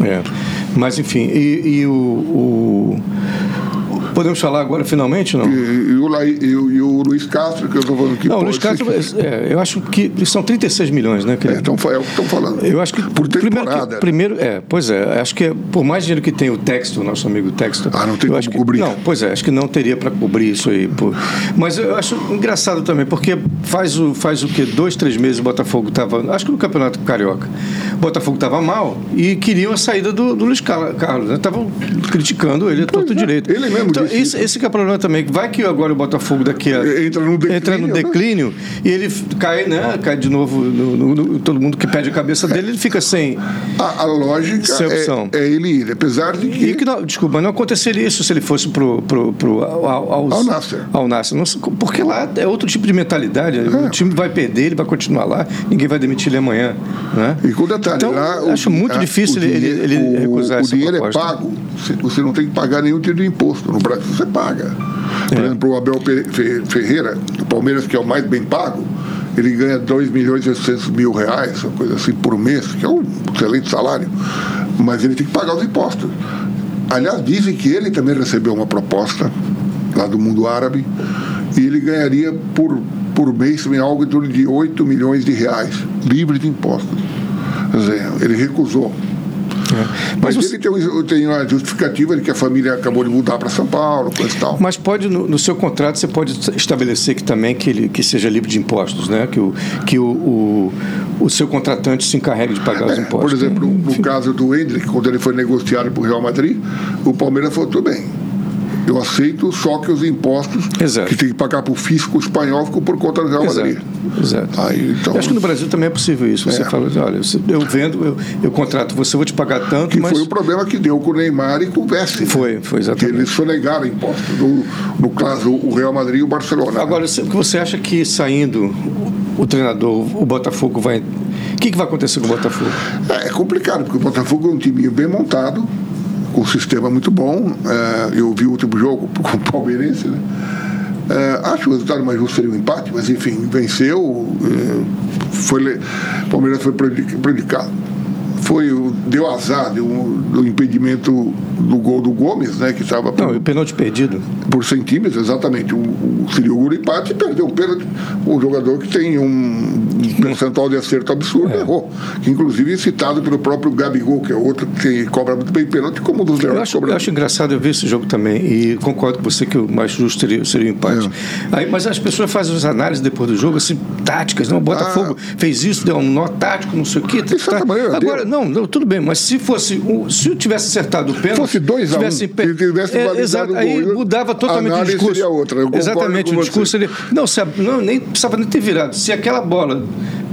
S1: É. Mas enfim, e, e o, o- Podemos falar agora finalmente, não?
S2: E, e o, Lai- e o- e o Luiz Castro, que eu estou falando que
S1: Não, o
S2: pode
S1: Luiz Castro,
S2: ser-
S1: é, eu acho que são 36 milhões, né?
S2: É,
S1: querido?
S2: então, foi- é o que estão falando.
S1: Eu acho que
S2: Por
S1: primeiro, que-
S2: temporada.
S1: primeiro, é, pois é, acho que por mais dinheiro que tem o texto, nosso amigo texto,
S2: Ah, não tem como
S1: acho que,
S2: cobrir.
S1: Não, pois é, acho que não teria para cobrir isso aí. pô. Mas eu acho engraçado também, porque faz o faz o que dois, três meses o Botafogo estava, acho que no campeonato carioca, o Botafogo estava mal e queriam a saída do, do Luiz Car- Carlos, né? Estavam criticando ele, é todo
S2: é,
S1: direito.
S2: ele mesmo
S1: então,
S2: disse
S1: esse, esse que é o problema também, que vai que agora o Botafogo daqui a
S2: Entra num declínio,
S1: entra no
S2: né?
S1: declínio, declínio, e ele f- cai, né? Cai de novo no, no- no- todo mundo que perde a cabeça dele, ele fica sem.
S2: A, a lógica
S1: Sem opção.
S2: é, é ele ir, apesar de que.
S1: E que não, desculpa, não aconteceria isso se ele fosse pro, pro, pro ao, ao, aos-
S2: Al Nassr.
S1: Ao Nassr. Não sei como- porque lá é outro tipo de mentalidade.
S2: É.
S1: O time vai perder, ele vai continuar lá, ninguém vai demitir ele amanhã. Né?
S2: E com detalhe,
S1: então,
S2: lá, o
S1: acho
S2: di-
S1: muito
S2: a-
S1: difícil
S2: o
S1: ele,
S2: dinhe-
S1: ele, ele
S2: o-
S1: recusar
S2: O
S1: essa
S2: dinheiro
S1: proposta.
S2: é pago, Você- você não tem que pagar nenhum tipo de imposto. No Brasil você paga. Por exemplo, o Abel Pe- Fe- Ferreira, do Palmeiras, que é o mais bem pago, ele ganha 2 milhões e 800 mil reais, uma coisa assim, por mês, que é um excelente salário. Mas ele tem que pagar os impostos. Aliás, dizem que ele também recebeu uma proposta lá do mundo árabe e ele ganharia por, por mês também algo em torno de 8 milhões de reais, livre de impostos. Quer dizer, ele recusou. É. Mas, Mas você... ele tem, um, tem uma justificativa de que a família acabou de mudar para São Paulo, coisa e tal.
S1: Mas pode, no, no, seu contrato, você pode estabelecer que também que ele que seja livre de impostos, né? Que o, que o, o, o seu contratante se encarregue de pagar é, os impostos.
S2: Por exemplo, no, no caso do Hendrick, quando ele foi negociado para o Real Madrid, o Palmeiras falou, tudo bem, eu aceito só que os impostos
S1: Exato.
S2: que tem que pagar para o fisco espanhol ficam por conta do Real Madrid.
S1: Exato.
S2: Aí, então,
S1: eu acho que no Brasil também é possível isso. Você é. fala, olha, eu vendo, eu, eu contrato você, eu vou te pagar tanto.
S2: Que
S1: mas...
S2: foi o problema que deu com o Neymar e com o Messi.
S1: Foi, foi exatamente.
S2: Que eles sonegaram impostos, no, no caso o Real Madrid e o Barcelona.
S1: Agora, o que você acha que saindo o treinador, o Botafogo vai. O que, que vai acontecer com o Botafogo?
S2: É, é complicado, porque o Botafogo é um time bem montado com um sistema muito bom. É, eu vi o último jogo com o Palmeirense, né? É, acho que o resultado mais justo seria um empate, mas enfim, venceu. é, foi, o Palmeiras foi prejudicado. Foi, deu azar deu, do impedimento do gol do Gomes, né? Que estava.
S1: Não, o pênalti perdido.
S2: Por centímetros, exatamente. O, o, seria o gol empate e perdeu o pênalti. Um jogador que tem um percentual de acerto absurdo, é. errou. Que inclusive é citado pelo próprio Gabigol, que é outro que cobra muito bem pênalti, como um dos
S1: eu acho, eu acho engraçado eu ver esse jogo também. E concordo com você que o mais justo seria, seria o empate. É. Aí, mas as pessoas fazem as análises depois do jogo, assim, táticas, não. O Botafogo ah. fez isso, deu um nó tático, não sei o quê.
S2: Tá,
S1: agora, deu. Não, não, tudo bem, mas se fosse um, se eu tivesse acertado o pênalti,
S2: fosse dois a um,
S1: tivesse, pe...
S2: tivesse
S1: é, exato, aí
S2: gol,
S1: mudava totalmente o discurso.
S2: outra,
S1: exatamente, o discurso ele não, se, não nem precisava nem ter virado. Se aquela bola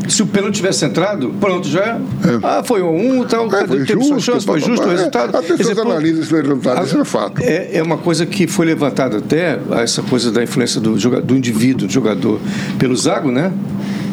S1: se o pênalti tivesse entrado, pronto, já. É. Ah, foi um, tal, é,
S2: foi
S1: teve
S2: justo,
S1: chance, foi justo o resultado.
S2: É, as pessoas analisam esse resultado, isso é fato.
S1: É, é uma coisa que foi levantada até, essa coisa da influência do, jogador, do indivíduo, do jogador, pelo Zago, né?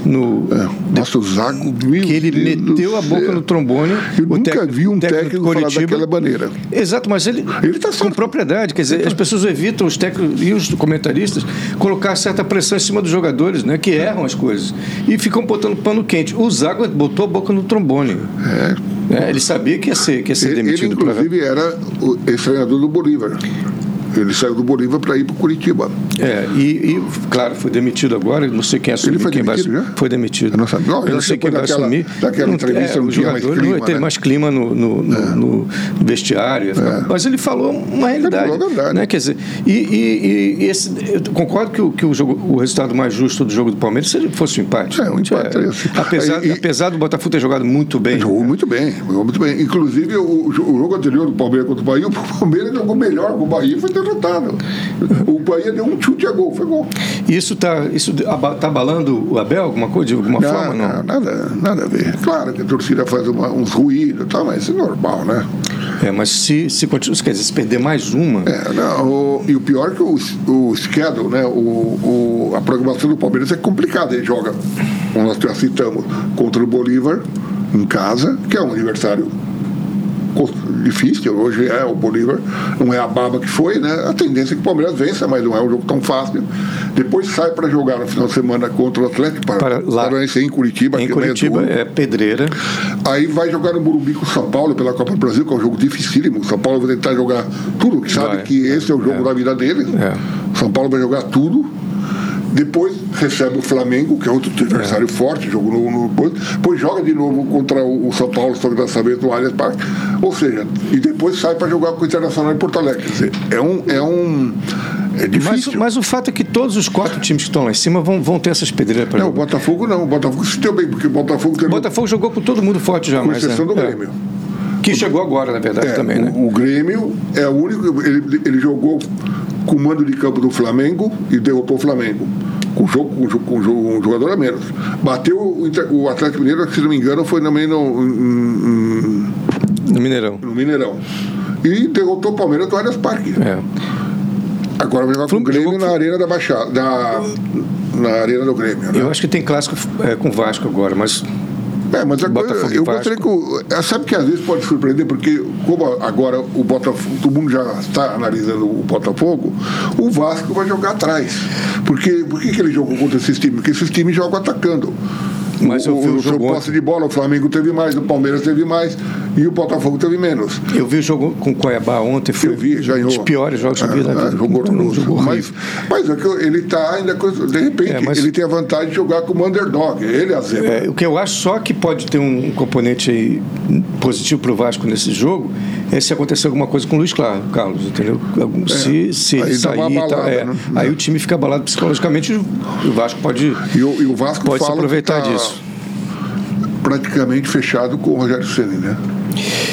S2: no é, nossa, o Zago
S1: que ele Deus meteu a boca no trombone.
S2: Eu nunca técnico, vi um técnico, técnico falar daquela maneira.
S1: Exato, mas ele,
S2: ele tá
S1: com certo. propriedade, quer dizer, tá. as pessoas evitam os técnicos e os comentaristas colocar certa pressão em cima dos jogadores, né, que erram as coisas e ficam botando pano quente. O Zago botou a boca no trombone.
S2: É.
S1: é ele sabia que ia ser, que ia ser
S2: ele,
S1: demitido.
S2: Ele, inclusive, pra... era o treinador do Bolívar. Ele saiu do Bolívar para ir para Curitiba.
S1: É, e, e, claro, foi demitido agora, não sei quem assumiu.
S2: Ele foi
S1: quem
S2: demitido né? É vai, já?
S1: Foi demitido.
S2: Eu não sabia.
S1: Não, eu não sei quem vai
S2: daquela,
S1: assumir.
S2: Daquela entrevista
S1: é,
S2: não tinha mais clima.
S1: Não, teve
S2: né?
S1: mais clima no, no, no, é. no vestiário. É. Mas ele falou uma realidade.
S2: Ele falou a verdade.
S1: Né? Quer dizer, e, e, e esse, eu concordo que, o, que o, jogo, o resultado mais justo do jogo do Palmeiras seria, fosse um empate.
S2: É, um empate. É,
S1: apesar, apesar do Botafogo ter jogado muito bem.
S2: Jogou muito bem, jogou muito bem. Inclusive, o, o jogo anterior do Palmeiras contra o Bahia, o Palmeiras jogou melhor com o Bahia foi derrotado. O Bahia deu um chute a gol, foi gol.
S1: Isso está isso tá abalando o Abel alguma coisa, de alguma
S2: não,
S1: forma? Não,
S2: não, Ah, nada, nada a ver. Claro que a torcida faz uma, uns ruídos e tal, mas é normal, né?
S1: É, mas se, se, continua, quer dizer, se perder mais uma.
S2: É, não, o, e o pior é que o, o schedule, né, o, o, a programação do Palmeiras é complicada. Ele joga, como nós já citamos, contra o Bolívar em casa, que é um adversário difícil, hoje é o Bolívar, não é a baba que foi, né? A tendência é que o Palmeiras vença, mas não é um jogo tão fácil. Depois sai para jogar no final de semana contra o Atlético para, para lá para em Curitiba,
S1: em Curitiba é, é, pedreira.
S2: Aí vai jogar no Burumbi com o São Paulo pela Copa do Brasil, que é um jogo dificílimo. O São Paulo vai tentar jogar tudo, que sabe vai. que esse é o jogo é. da vida dele. É. São Paulo vai jogar tudo. Depois recebe o Flamengo, que é outro adversário é. forte, jogo no, no depois joga de novo contra o, o São Paulo, só que dessa vez no Allianz Parque. Ou seja, e depois sai para jogar com o Internacional em Porto Alegre. Quer dizer, é um. É um é
S1: mas, mas, o fato é que todos os quatro times que estão lá em cima vão, vão ter essas pedreiras para
S2: Não, o Botafogo não. O Botafogo se deu bem, porque o Botafogo
S1: também. O Botafogo jogou com todo mundo forte já,
S2: Com exceção né? do Grêmio.
S1: É. Que chegou agora, na verdade,
S2: é,
S1: também, né?
S2: O, o Grêmio é o único. Ele, ele jogou com o mando de campo do Flamengo e derrotou o Flamengo. Com, jogo, com, um jogador a menos. Bateu o, o Atlético Mineiro, se não me engano, foi também no,
S1: no, no Mineirão.
S2: No Mineirão. E derrotou o Palmeiras no Allianz Parque.
S1: É.
S2: Agora vai jogar com o Grêmio jogou... na Arena da Baixada. Da, na Arena do Grêmio. Né?
S1: Eu acho que tem clássico é, com o Vasco agora, mas
S2: é, mas a coisa, eu gostaria que. é, Sabe que às vezes pode surpreender, porque como agora o Botafogo, todo mundo já está analisando o Botafogo, o Vasco vai jogar atrás. Porque por que, que ele jogou contra esses times? Porque esses times jogam atacando.
S1: Mas eu vi o, o, o
S2: seu posse de bola, o Flamengo teve mais, o Palmeiras teve mais. E o Botafogo teve menos.
S1: Eu vi o jogo com o Cuiabá ontem, foi
S2: Eu vi,
S1: um
S2: ganhou.
S1: dos piores jogos que eu vi na vida.
S2: É, jogou
S1: Muito
S2: horroroso.
S1: jogo
S2: mas,
S1: horrível.
S2: mas é que ele está ainda. com- De repente,
S1: É, mas-
S2: ele tem a vantagem de jogar como underdog. Ele é a zebra.
S1: É, o que eu acho só que pode ter um componente aí positivo para o Vasco nesse jogo é se acontecer alguma coisa com o Luiz Cla- Carlos, entendeu? Algum- Se, se ele
S2: É, Aí dá
S1: sair,
S2: uma abalada,
S1: tá- é,
S2: né?
S1: aí o time fica abalado psicologicamente e o Vasco pode,
S2: E o, e o Vasco
S1: pode se
S2: fala
S1: aproveitar
S2: que tá
S1: disso.
S2: praticamente fechado com o Rogério Ceni, né?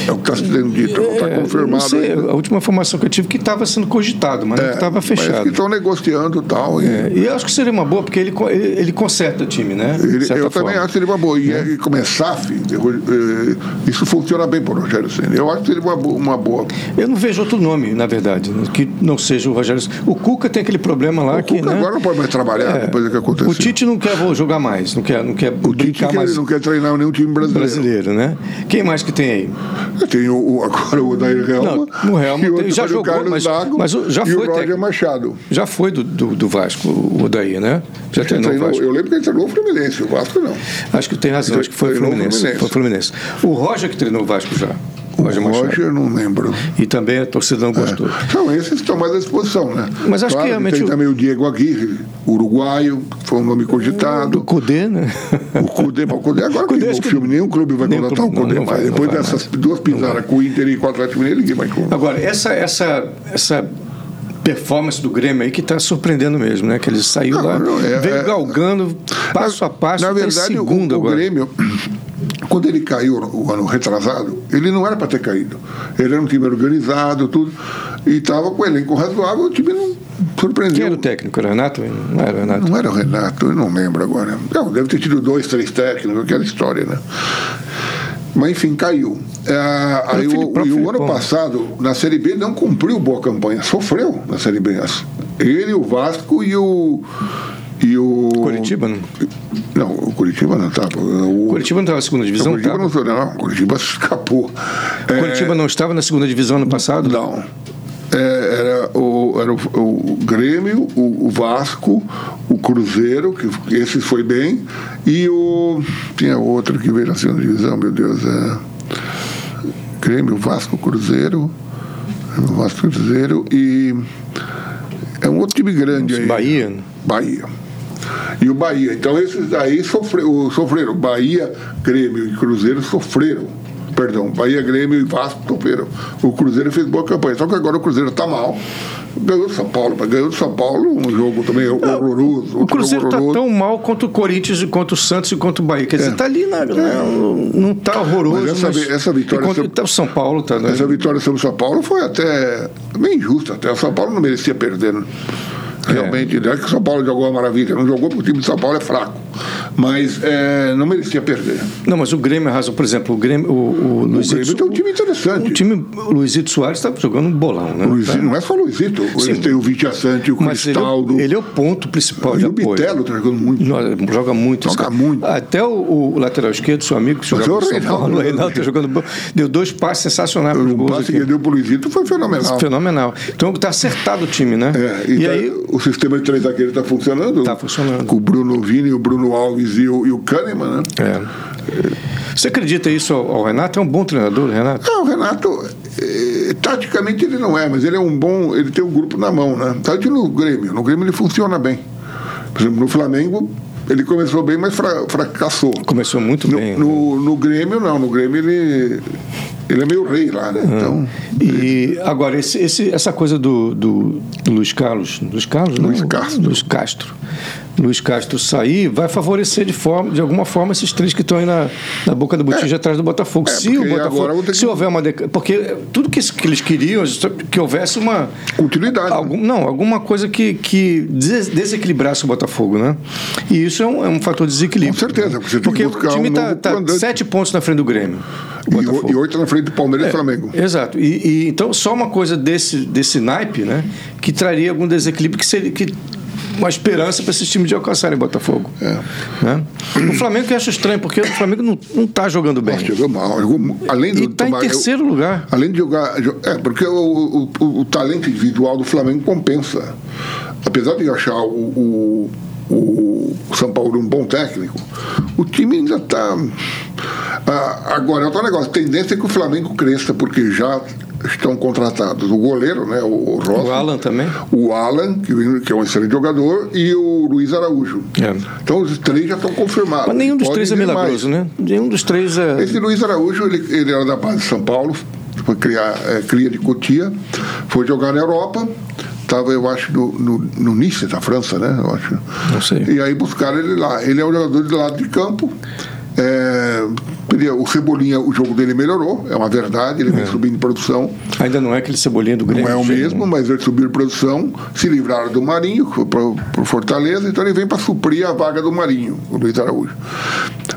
S2: É o que está sendo dito, está
S1: É, não
S2: tá confirmado.
S1: sei,
S2: ainda.
S1: a última informação que eu tive é que estava sendo cogitado, mas não
S2: né? É,
S1: que estava
S2: Parece que
S1: tá fechado.
S2: estão negociando e tal. e-
S1: É, E eu acho que seria uma boa, porque ele, co- ele, ele conserta o time, né? De
S2: ele-
S1: certa
S2: eu também
S1: forma.
S2: acho que seria uma boa. E, e como é SAF, eu- eh, isso funciona bem para o Rogério Ceni. Eu acho que seria uma, bo- uma boa.
S1: Eu não vejo outro nome, na verdade, né, que não seja o Rogério. Ceni. O Cuca tem aquele problema lá que.
S2: Cuca
S1: né,
S2: agora não pode mais trabalhar
S1: é,
S2: depois do que aconteceu.
S1: O Tite não quer jogar mais, não quer, não quer
S2: O Tite
S1: brincar
S2: que ele
S1: mais
S2: não quer treinar nenhum time brasileiro.
S1: brasileiro, né? Quem mais que tem aí?
S2: Tem o, o- agora o Odair Helma.
S1: Não, o Helma
S2: e
S1: tem-
S2: outro
S1: já
S2: foi o
S1: jogou,
S2: Carlos
S1: mas-
S2: Zago
S1: mas o- já
S2: e
S1: foi
S2: o Roger
S1: técnico.
S2: Machado.
S1: Já foi do, do, do Vasco, o Daí, né? Já
S2: Ele
S1: treinou o
S2: treinou-
S1: Vasco.
S2: eu lembro que ele treinou o Fluminense, o Vasco não.
S1: Acho que tem razão, acho que foi o
S2: Treinou o
S1: Fluminense.
S2: Fluminense.
S1: Foi o Fluminense. O Roger que treinou o Vasco já. O Roger
S2: O
S1: Machado.
S2: Roger, É. não lembro.
S1: E também a torcida não gostou.
S2: São esses que estão mais à disposição, né?
S1: Mas acho que
S2: Claro
S1: realmente
S2: Tem
S1: o-
S2: também o Diego Aguirre, uruguaio, que foi um nome
S1: Do
S2: cogitado.
S1: Cudê, né?
S2: O Cudê, mas o Cudê agora
S1: Cudê,
S2: que
S1: acho
S2: o
S1: que-
S2: filme, nenhum clube vai
S1: Nenhum
S2: contratar o
S1: clube, não, não
S2: Cudê
S1: vai,
S2: mais.
S1: não
S2: Depois
S1: vai né?
S2: dessas
S1: mais.
S2: duas pisadas com o Inter e com o Atlético Mineiro, ninguém mais compra.
S1: Agora, essa, essa, essa performance do Grêmio aí que está surpreendendo mesmo, né? Que ele saiu
S2: Não,
S1: lá,
S2: não, é-
S1: veio
S2: é-
S1: galgando passo a passo,
S2: Na
S1: tá em
S2: verdade, o-
S1: segundo
S2: o,
S1: agora.
S2: Grêmio, quando ele caiu no- o ano retrasado, ele não era para ter caído. Ele era um time organizado, tudo, e estava com o elenco razoável, o time não
S1: Quem
S2: surpreendeu.
S1: era o técnico? Era o Renato? Não era o Renato.
S2: Não era o Renato, eu não lembro agora. Não, deve ter tido dois, três técnicos, aquela história, né? Mas enfim, caiu. Ah, aí
S1: o
S2: o-
S1: Filipão,
S2: e o
S1: Filipão.
S2: ano passado, na Série B, não cumpriu boa campanha, sofreu na Série B. Ele, o Vasco e o. E o.
S1: Curitiba, não?
S2: Não, o Curitiba não tá. O,
S1: Curitiba não estava na segunda
S2: o
S1: divisão?
S2: Curitiba
S1: Tava.
S2: não, foi, não, o Curitiba escapou. É,
S1: Curitiba não estava na segunda divisão ano passado?
S2: não. É, era o, era o, o Grêmio, o, o Vasco, o Cruzeiro, que esse foi bem, e o. Tinha outro que veio na segunda divisão, meu Deus. É, Grêmio, Vasco, Cruzeiro. Vasco Cruzeiro e. É um outro time grande aí.
S1: Bahia?
S2: Bahia. E o Bahia. Então esses daí sofreu, sofreram. Bahia, Grêmio e Cruzeiro sofreram. Perdão, Bahia, Grêmio e Vasco sofreram. O Cruzeiro fez boa campanha. Só que agora o Cruzeiro está mal. Ganhou do São Paulo, mas ganhou do São Paulo um jogo também horroroso.
S1: O Cruzeiro está tão mal quanto o Corinthians, e quanto o Santos e quanto o Bahia. Quer dizer, está ali, na, na- não está horroroso.
S2: É. Mas essa vi- essa vitória
S1: e quanto-
S2: sobre-
S1: tá o São Paulo está...
S2: Essa vitória sobre o São Paulo foi até bem injusta. Até o São Paulo não merecia perder. né? Realmente, não é que o São Paulo jogou uma maravilha. Não jogou porque o time de São Paulo é fraco. Mas eh, não merecia perder.
S1: Não, mas o Grêmio arrasou. Por exemplo, o Grêmio... O, o,
S2: O
S1: Luizito,
S2: Grêmio tem um time interessante.
S1: o time- o Luizito Soares estava jogando um bolão, né?
S2: O Luizito, Não é só o Luizito. Ele tem o Vitia Sante, o
S1: Mas ele, é o-
S2: Cristaldo.
S1: ele é o ponto principal de
S2: e o
S1: apoio.
S2: Bitelo tá jogando muito.
S1: Não, joga muito. esse
S2: Joga
S1: cara.
S2: muito. é
S1: Até o, o lateral esquerdo, seu amigo, que joga
S2: o
S1: no São
S2: Reinaldo
S1: Paulo, o
S2: jogando
S1: Reinaldo, tá
S2: bem.
S1: jogando bom. Deu dois passes sensacionais para os
S2: O
S1: gols
S2: passe que
S1: aqui.
S2: ele deu pro Luizito foi fenomenal.
S1: Fenomenal. Então tá acertado o time, né?
S2: Ah. É,
S1: e
S2: tá-
S1: aí,
S2: o sistema de três zagueiros está funcionando?
S1: Tá funcionando.
S2: Com o Bruno Vini, o Bruno Alves e o, e o Kahneman, né?
S1: é. você acredita isso ao, ao Renato? É um bom treinador, Renato?
S2: Ah, o Renato, eh, taticamente ele não é, mas ele é um bom, ele tem um grupo na mão, né? Tanto no Grêmio, no Grêmio ele funciona bem. Por exemplo, no Flamengo ele começou bem, mas fra- fracassou.
S1: Começou muito
S2: No,
S1: bem.
S2: no, no Grêmio não, no Grêmio ele, ele é meio rei lá, né?
S1: Ah.
S2: Então,
S1: E agora, esse, esse- essa coisa do, do, do Luiz Carlos. Luiz Carlos, não?
S2: Luiz Castro.
S1: Luiz Castro. Luiz Castro sair vai favorecer de, forma, de alguma forma esses três que estão aí na, na boca do botija atrás do Botafogo.
S2: É,
S1: se
S2: porque
S1: o
S2: agora
S1: Botafogo.
S2: vão ter que-
S1: Se houver uma. deca- Porque tudo que, es- que eles queriam, que houvesse uma.
S2: continuidade. né?
S1: Algum, não, alguma coisa que, que des- desequilibrasse o Botafogo, né? E isso é um, é um fator de desequilíbrio.
S2: Com certeza, porque você tem
S1: Porque
S2: que
S1: o
S2: buscar
S1: time
S2: um
S1: está
S2: novo comandante.
S1: sete pontos na frente do Grêmio. o
S2: E o-
S1: Botafogo. É.
S2: E oito na frente do Palmeiras e Flamengo.
S1: Exato. E, e, então só uma coisa desse, desse naipe, né? Que traria algum desequilíbrio que seria. Que, uma esperança para esses times de alcançarem o Botafogo.
S2: É.
S1: Né? O Flamengo que eu acho estranho, porque o Flamengo não, não tá jogando bem.
S2: Nossa, jogou mal. jogou mu- além do
S1: e tá em
S2: tomar- eu-
S1: terceiro lugar.
S2: Além de jogar. jo- É, porque o, o- o- o talento individual do Flamengo compensa. Apesar de eu achar o, o- o São Paulo um bom técnico, o time ainda está. Ah, agora, é outro negócio. tá, A tendência é que o Flamengo cresça, porque já estão contratados o goleiro, né, o Rossi.
S1: O Alan também.
S2: O Alan, que, que é um excelente jogador, e o Luiz Araújo.
S1: É.
S2: Então, os três já estão confirmados.
S1: Mas nenhum dos
S2: Podem
S1: três é
S2: vir
S1: milagroso, né? Nenhum dos três é.
S2: esse Luiz Araújo, ele, ele era da base de São Paulo, foi criar, é, cria de Cotia, foi jogar na Europa, estava, eu acho, no, no, no Nice, da França, né? Eu acho.
S1: Não sei.
S2: E aí buscaram ele lá. Ele é um jogador de lado de campo. é, ele é- o Cebolinha, o jogo dele melhorou, é uma verdade, ele vem subindo em produção.
S1: Ainda não é aquele cebolinha do Grêmio.
S2: Não é o
S1: gente.
S2: mesmo, mas eles subiram produção, se livraram do Marinho para o Fortaleza, então ele vem para suprir a vaga do Marinho, o Luiz Araújo.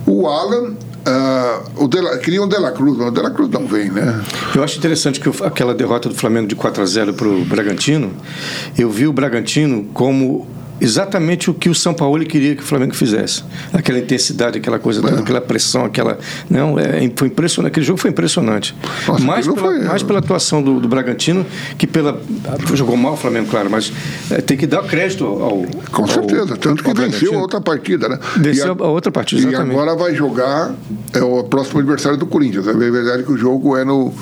S2: O Alan, ah, o de La, queria o De La Cruz, mas o De La Cruz não vem, né?
S1: Eu acho interessante que o- aquela derrota do Flamengo de 4 a 0 para o Bragantino, eu vi o Bragantino como exatamente o que o São Paulo queria que o Flamengo fizesse. Aquela intensidade, aquela coisa,
S2: É.
S1: toda, aquela pressão, aquela não é, foi impressionante. Aquele jogo foi impressionante.
S2: Nossa,
S1: mais,
S2: aquilo
S1: pela,
S2: foi- é.
S1: mais pela atuação do, do Bragantino que pela jogou mal o Flamengo, claro, mas é, tem que dar crédito ao
S2: Com
S1: ao-
S2: certeza, tanto que
S1: ao
S2: venceu a
S1: Bragantino.
S2: outra partida, né?
S1: Venceu
S2: E
S1: a outra partida,
S2: E
S1: exatamente.
S2: agora vai jogar é o próximo adversário do Corinthians. É bem verdade que o jogo é no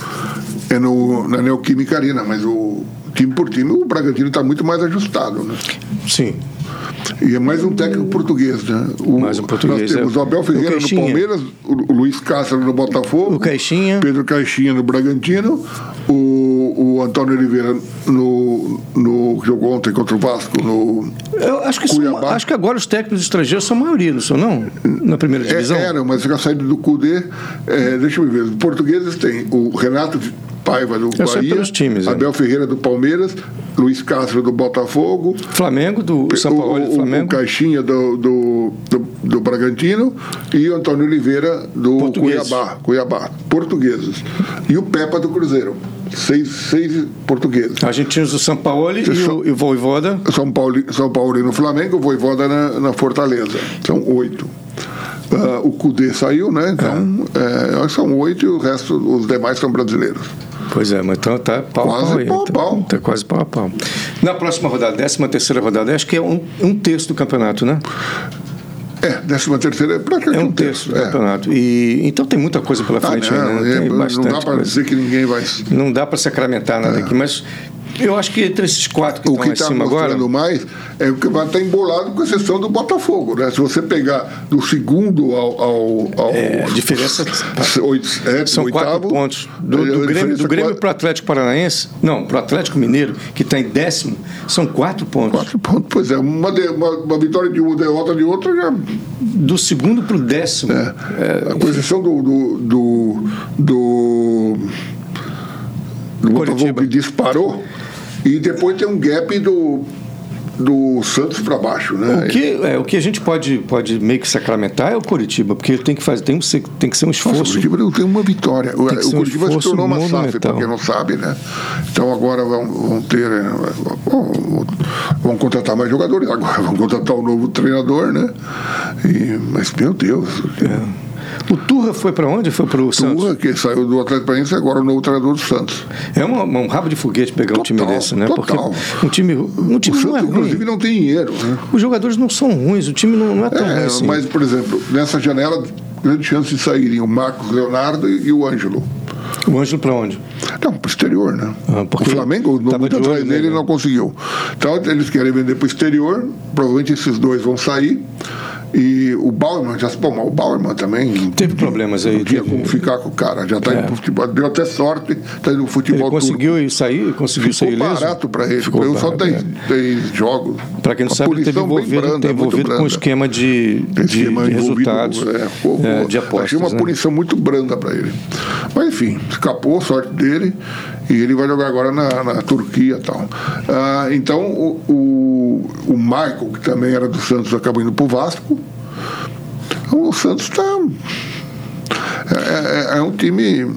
S2: é no na Neoquímica Arena, mas o time por time o Bragantino está muito mais ajustado, né?
S1: Sim.
S2: E é mais um técnico português, né? O,
S1: Mais um português,
S2: Nós temos
S1: é.
S2: o Abel
S1: O
S2: Ferreira no
S1: Caixinha.
S2: Palmeiras, o o Luiz Castro no Botafogo,
S1: O Caixinha.
S2: Pedro Caixinha no Bragantino, o, o Antônio Oliveira no, no que jogou ontem contra o Vasco no
S1: Eu acho que são-
S2: Cuiabá.
S1: acho que agora os técnicos estrangeiros são a maioria, não são não? Na primeira
S2: é,
S1: divisão.
S2: era, mas já saindo do Cudê, é, deixa eu ver. Os portugueses têm o Renato Paiva do
S1: Eu sei
S2: Bahia,
S1: pelos times, é.
S2: Abel Ferreira do Palmeiras, Luiz Castro do Botafogo,
S1: Flamengo, do São Paulo e
S2: o,
S1: do
S2: o- o
S1: Flamengo.
S2: Caixinha do, do, do, do Bragantino e o Antônio Oliveira do
S1: Portugueses.
S2: Cuiabá, Cuiabá, portugueses. E o Pepa do Cruzeiro, seis, seis portugueses.
S1: Argentinos do São Paulo e
S2: Fechou.
S1: o, e o Voivoda.
S2: São Paulo, São Paulo no Flamengo, Voivoda na, na Fortaleza. São oito. Ah, o Cudê saiu, né? Então, é, acho que são oito e o resto, os demais são brasileiros.
S1: Pois é, mas então tá pau a
S2: Quase
S1: pau aí.
S2: pau a
S1: tá,
S2: pau.
S1: tá quase pau a pau. Na próxima rodada, décima terceira rodada, acho que é um, um terço do campeonato, né?
S2: É, décima terceira é
S1: É
S2: praticamente
S1: um terço do
S2: É.
S1: campeonato. E, então tem muita coisa pela
S2: Ah,
S1: frente ainda,
S2: não,
S1: né?
S2: é,
S1: Tem
S2: não
S1: bastante
S2: dá para
S1: coisa.
S2: dizer que ninguém vai.
S1: Não dá para sacramentar nada aqui, mas eu acho que entre esses quatro que
S2: O
S1: estão
S2: que
S1: lá em
S2: está
S1: cima agora.
S2: mostrando mais é o que vai estar embolado com exceção do Botafogo, né? Se você pegar do segundo ao. ao, ao
S1: É, a diferença-
S2: Oito, é,
S1: São
S2: oitavo,
S1: quatro pontos. Do, do
S2: a
S1: Grêmio,
S2: diferença
S1: do
S2: é
S1: Grêmio
S2: quatro-
S1: para o Atlético Paranaense, não, para o Atlético Mineiro, que está em décimo, são quatro pontos.
S2: Quatro pontos, pois é. Uma, de- uma- uma vitória de uma, derrota de outra, já.
S1: Do segundo para o décimo.
S2: a com exceção do. do. do. do, do Botafogo
S1: Curitiba.
S2: que disparou. E depois tem um gap do. do Santos para baixo, né?
S1: O que, é, o que a gente pode, pode meio que sacramentar é o Curitiba, porque tem que, fazer, tem, que ser- tem que ser um
S2: Nossa, o
S1: esforço.
S2: Curitiba não tem uma vitória. O,
S1: Tem que ser
S2: o
S1: um
S2: Curitiba se
S1: esforço
S2: tornou uma SAF,
S1: monumental.
S2: para quem não sabe, né? Então agora vão, vão ter. eh, Vão, vão contratar mais jogadores agora, vão contratar um novo treinador, né? E- mas, meu Deus,
S1: É. O Turra foi para onde? Foi para o Santos?
S2: Turra, que saiu do Atlético Paranaense, agora o novo treinador do Santos.
S1: É uma- um rabo de foguete pegar um time
S2: Total,
S1: desse, né?
S2: total.
S1: Porque um time, um
S2: O
S1: time não é
S2: Santos,
S1: ruim.
S2: inclusive, não tem dinheiro. Né?
S1: Os jogadores não são ruins, o time não, não é tão ruim
S2: É,
S1: assim.
S2: mas, por exemplo, nessa janela, grande chance de saírem o Marcos Leonardo e, e o Ângelo.
S1: O Ângelo para onde?
S2: Não, para o exterior, né?
S1: Ah, porque
S2: o Flamengo, no
S1: tava
S2: muito
S1: de olho
S2: atrás dele,
S1: nele, né?
S2: não conseguiu. Então, eles querem vender para o exterior, provavelmente esses dois vão sair. E o Bauerman, já se pô, mas o Bauerman também.
S1: Teve problemas aí.
S2: Não tinha
S1: teve-
S2: como ficar com o cara, já está
S1: É.
S2: indo pro futebol. Deu até sorte, está indo pro
S1: Ele
S2: futebol turco.
S1: conseguiu sair, conseguiu sair
S2: Ficou
S1: ileso.
S2: barato para ele,
S1: Ficou
S2: foi só
S1: barato,
S2: 10,
S1: é.
S2: 10 jogos.
S1: Para quem não
S2: Uma
S1: sabe, ele teve
S2: punição bem
S1: envolvido,
S2: branda,
S1: tem
S2: muito
S1: envolvido com um
S2: branda.
S1: esquema de, de, de
S2: esquema envolvido,
S1: resultados,
S2: é, pô, pô,
S1: é, de
S2: Achei
S1: apostas.
S2: uma
S1: né?
S2: punição muito branda para ele. Mas enfim, escapou, sorte dele, e ele vai jogar agora na, na Turquia e tal. Ah, então o, o, o Michael, que também era do Santos, acabou indo pro Vasco. Então, o Santos está. É, é- é um time.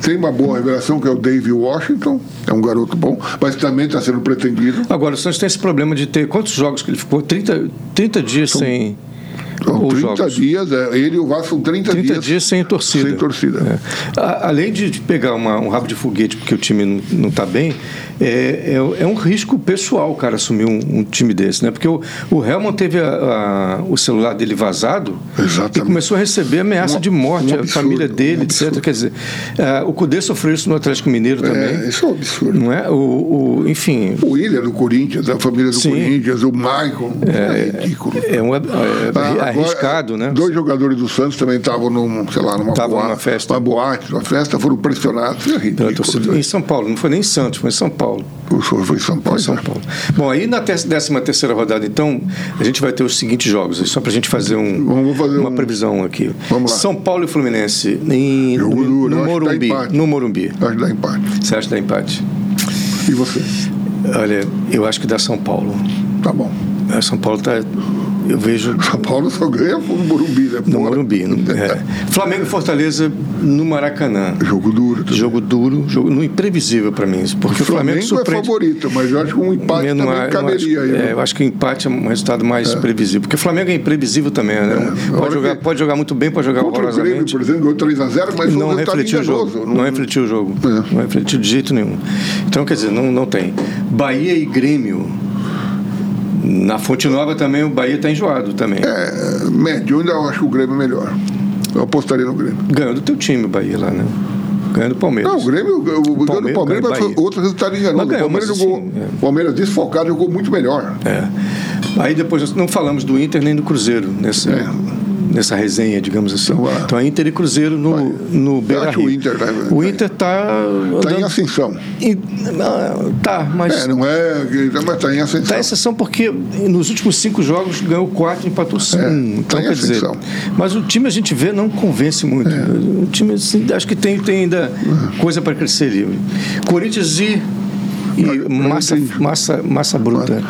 S2: Tem uma boa revelação, que é o Dave Washington, é um garoto bom, mas também está sendo pretendido.
S1: Agora, o Santos tem esse problema de ter. Quantos jogos que ele ficou? 30, 30 dias sem.
S2: Então,
S1: Ou
S2: 30
S1: jogos.
S2: dias, é, ele e o Vasco são 30,
S1: 30 dias, sem torcida.
S2: Sem torcida.
S1: É. A- além de pegar uma- um rabo de foguete porque o time não- não está bem, é, é, é um risco pessoal, cara, assumir um, um time desse, né? Porque o, o Helmond teve a- a- o celular dele vazado e
S2: Exatamente.
S1: começou a receber ameaça
S2: Um-
S1: de morte,
S2: um
S1: a
S2: absurdo,
S1: família dele,
S2: um
S1: etc.
S2: absurdo.
S1: Quer dizer, ah, o Cudê sofreu isso no Atlético Mineiro também,
S2: É, isso é um absurdo.
S1: não é? O, o- enfim,
S2: O William do Corinthians, a família do
S1: Sim.
S2: Corinthians, o Michael, é, ridículo.
S1: é, um, ab- é
S2: Ah, agora,
S1: arriscado, né?
S2: Dois jogadores do Santos também estavam num, sei lá, numa
S1: Estavam
S2: boate,
S1: numa festa.
S2: uma boate, numa festa, foram pressionados. É
S1: Pela
S2: ridículo.
S1: torcida. Em São Paulo, não foi nem em Santos, foi em São Paulo.
S2: O senhor foi em São Paulo.
S1: São
S2: né?
S1: Paulo. Bom, aí na 13 terceira rodada, então, a gente vai ter os seguintes jogos, só para a gente fazer, um,
S2: Vamos fazer
S1: uma
S2: um-
S1: previsão aqui.
S2: Vamos lá.
S1: São Paulo e Fluminense em,
S2: Jogo
S1: no,
S2: duro,
S1: no
S2: eu acho que dá
S1: Morumbi.
S2: empate.
S1: No Morumbi.
S2: Acho que dá empate.
S1: Você acha que dá empate?
S2: E você?
S1: Olha, eu acho que dá São Paulo.
S2: Tá bom.
S1: É, São Paulo tá. Eu vejo.
S2: São Paulo só ganha pro Morumbi, né?
S1: No
S2: Fora.
S1: Morumbi. não- é. Flamengo e Fortaleza no Maracanã.
S2: Jogo duro. também.
S1: Jogo duro, jogo no imprevisível para mim, porque o Flamengo,
S2: é
S1: surpreende.
S2: favorito, mas eu acho que um empate
S1: Eu não a- eu
S2: também
S1: não
S2: caberia
S1: acho,
S2: aí.
S1: é,
S2: né?
S1: eu acho que o empate é um resultado mais previsível. Porque o Flamengo é imprevisível também, né?
S2: a hora
S1: pode, jogar,
S2: que-
S1: pode jogar muito bem, pode jogar
S2: Contra o Grêmio,
S1: horrorosamente.
S2: por exemplo, ganhou 3x0, mas foi um
S1: Não
S2: resultado
S1: refletiu o jogo.
S2: enganoso. né?
S1: Não, refletiu o jogo.
S2: É.
S1: Não refletiu de jeito nenhum. Então, quer dizer, não, não tem. Bahia e Grêmio. Na Fonte Nova também o Bahia está enjoado também.
S2: É, médio, eu ainda acho que o Grêmio é melhor. Eu apostaria no Grêmio.
S1: Ganhou do teu time o Bahia lá, né? Ganhou do Palmeiras.
S2: Não, o Grêmio, o, o, ganhou do
S1: Palmeiras,
S2: Palmeiras, mas foi
S1: Bahia.
S2: outro resultado enganoso.
S1: Mas ganhou,
S2: o Palmeiras
S1: mas
S2: jogou.
S1: assim, é.
S2: O Palmeiras desfocado jogou muito melhor.
S1: É. Aí depois nós não falamos do Inter nem do Cruzeiro nessa,
S2: É.
S1: nessa resenha, digamos assim.
S2: Então, vai.
S1: Então é Inter e Cruzeiro no, no Beira
S2: acho que o Inter vai-
S1: O Inter está
S2: Está Tá em
S1: andando.
S2: ascensão.
S1: em- não, tá, mas
S2: É,
S1: está
S2: não tá. é. Mas está em ascensão.
S1: em exceção porque nos últimos cinco jogos ganhou quatro e empatou cinco.
S2: É,
S1: então,
S2: tá em
S1: quer dizer,
S2: ascensão.
S1: mas o time a gente vê não convence muito.
S2: É.
S1: O time assim, acho que tem, tem ainda coisa para crescer livre. Corinthians e. e
S2: Olha, eu
S1: massa,
S2: entendi.
S1: massa, massa bruta.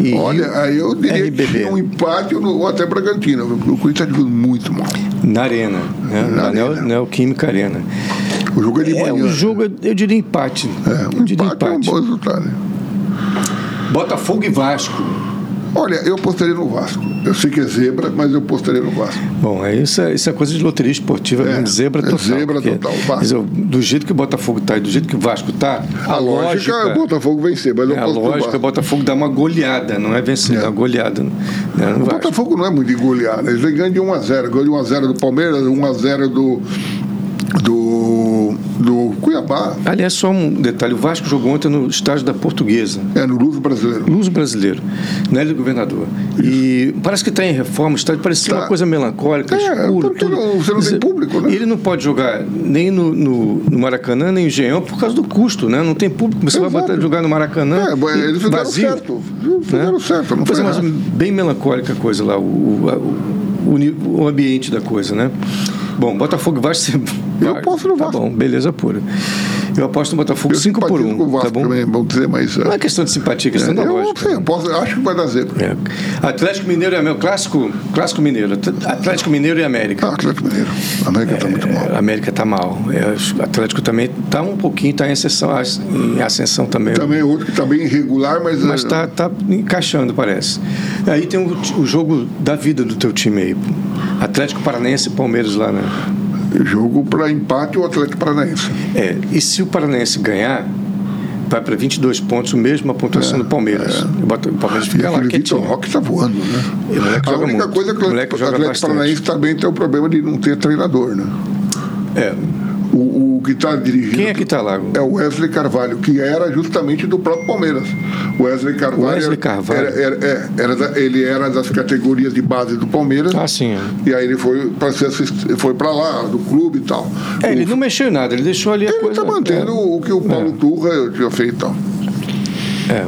S1: E-
S2: Olha, aí eu diria que
S1: RBB.
S2: tinha um empate ou no- ou até Bragantino. O Corinthians está jogando muito mal.
S1: Na Arena, né?
S2: Na
S1: na Neo,
S2: Arena.
S1: Neoquímica Arena.
S2: O jogo é de
S1: É,
S2: manhã.
S1: o jogo, eu- eu diria empate.
S2: né? É,
S1: eu
S2: um
S1: diria
S2: empate é um
S1: empate.
S2: bom resultado. né?
S1: Botafogo e Vasco.
S2: Olha, eu apostaria no Vasco. Eu sei que é zebra, mas eu apostaria no Vasco.
S1: Bom, aí isso é, isso é coisa de loteria esportiva,
S2: É,
S1: mesmo, zebra
S2: é
S1: total.
S2: zebra
S1: porque-
S2: total, Vasco.
S1: quer dizer, do jeito que o Botafogo está e do jeito que o Vasco está, a, é
S2: A lógica, é o Botafogo vencer, mas eu
S1: a
S2: aposto no
S1: lógica, o
S2: Vasco.
S1: Botafogo dá uma goleada, não é vencer, dá uma goleada. Né, no
S2: O
S1: Vasco.
S2: Botafogo não é muito de golear, né? Eles ganham de 1 a 0 Ganham de 1 a 0 do Palmeiras, 1 a 0 do, do, do Cuiabá.
S1: Aliás, só um detalhe: o Vasco jogou ontem no estádio da Portuguesa.
S2: É, no Luso Brasileiro.
S1: Luso brasileiro, na Ilha do Governador. E parece que está em reforma, está parecia
S2: Tá.
S1: uma coisa melancólica,
S2: É,
S1: escuro.
S2: porque
S1: tudo.
S2: não- você
S1: Quer
S2: não
S1: dizer,
S2: tem público, né?
S1: Ele não pode jogar nem no, no- no Maracanã, nem em Engenhão, por causa do custo, né? Não tem público. Você vai
S2: Exato.
S1: botar jogar no Maracanã.
S2: É, bom,
S1: e
S2: eles fizeram
S1: vazio.
S2: certo. Fizeram
S1: Né?
S2: certo, não foi
S1: Coisa mais
S2: errado.
S1: bem melancólica a coisa lá, o, o- a- o- o ni- o ambiente da coisa, né? Bom, Botafogo e Vasco. você-
S2: Eu
S1: vai-
S2: aposto no
S1: tá
S2: Vasco.
S1: bom, beleza pura. Eu aposto no Botafogo
S2: Eu
S1: 5 por
S2: simpatizo
S1: 1
S2: com o Vasco
S1: tá bom?
S2: também, vamos dizer, mas...
S1: Não é
S2: É,
S1: questão de simpatia, é questão da
S2: eu não
S1: lógica.
S2: sei, eu posso, acho que vai dar zebra.
S1: É. Atlético Mineiro é meu clássico, clássico mineiro. At- Atlético Mineiro e América.
S2: Ah, Atlético Mineiro. A América está muito mal.
S1: É, A América tá mal. É, acho que o Atlético também tá um pouquinho, tá em ascensão, as- em ascensão também.
S2: Também é outro que está bem irregular, mas...
S1: Mas
S2: é,
S1: tá, tá encaixando, parece. Aí tem o, t- o jogo da vida do teu time aí. Atlético Paranaense e Palmeiras lá, né?
S2: Jogo para empate o Atlético Paranaense.
S1: É, e se o Paranaense ganhar, vai para 22 pontos, mesmo a pontuação do Palmeiras. Bota- O Palmeiras
S2: É, E
S1: fica lá
S2: aquele Vitor
S1: quietinho.
S2: Roque está voando, né?
S1: E o moleque
S2: A
S1: joga
S2: única
S1: muito.
S2: coisa que o
S1: O moleque
S2: Atlético
S1: joga
S2: Atlético
S1: bastante.
S2: Paranaense também tem o problema de não ter treinador, né?
S1: É.
S2: O, o que está dirigindo
S1: Quem é que tá lá?
S2: é o Wesley Carvalho, que era justamente do próprio Palmeiras. O Wesley Carvalho,
S1: Wesley Carvalho.
S2: Era, era- é, era da- ele era das categorias de base do Palmeiras.
S1: Ah, sim. é.
S2: E aí ele foi para foi pra lá, do clube e tal.
S1: É, ele não mexeu em nada, ele deixou ali a
S2: Ele
S1: coisa.
S2: está mantendo o que o Paulo Turra tinha feito e tal.
S1: É.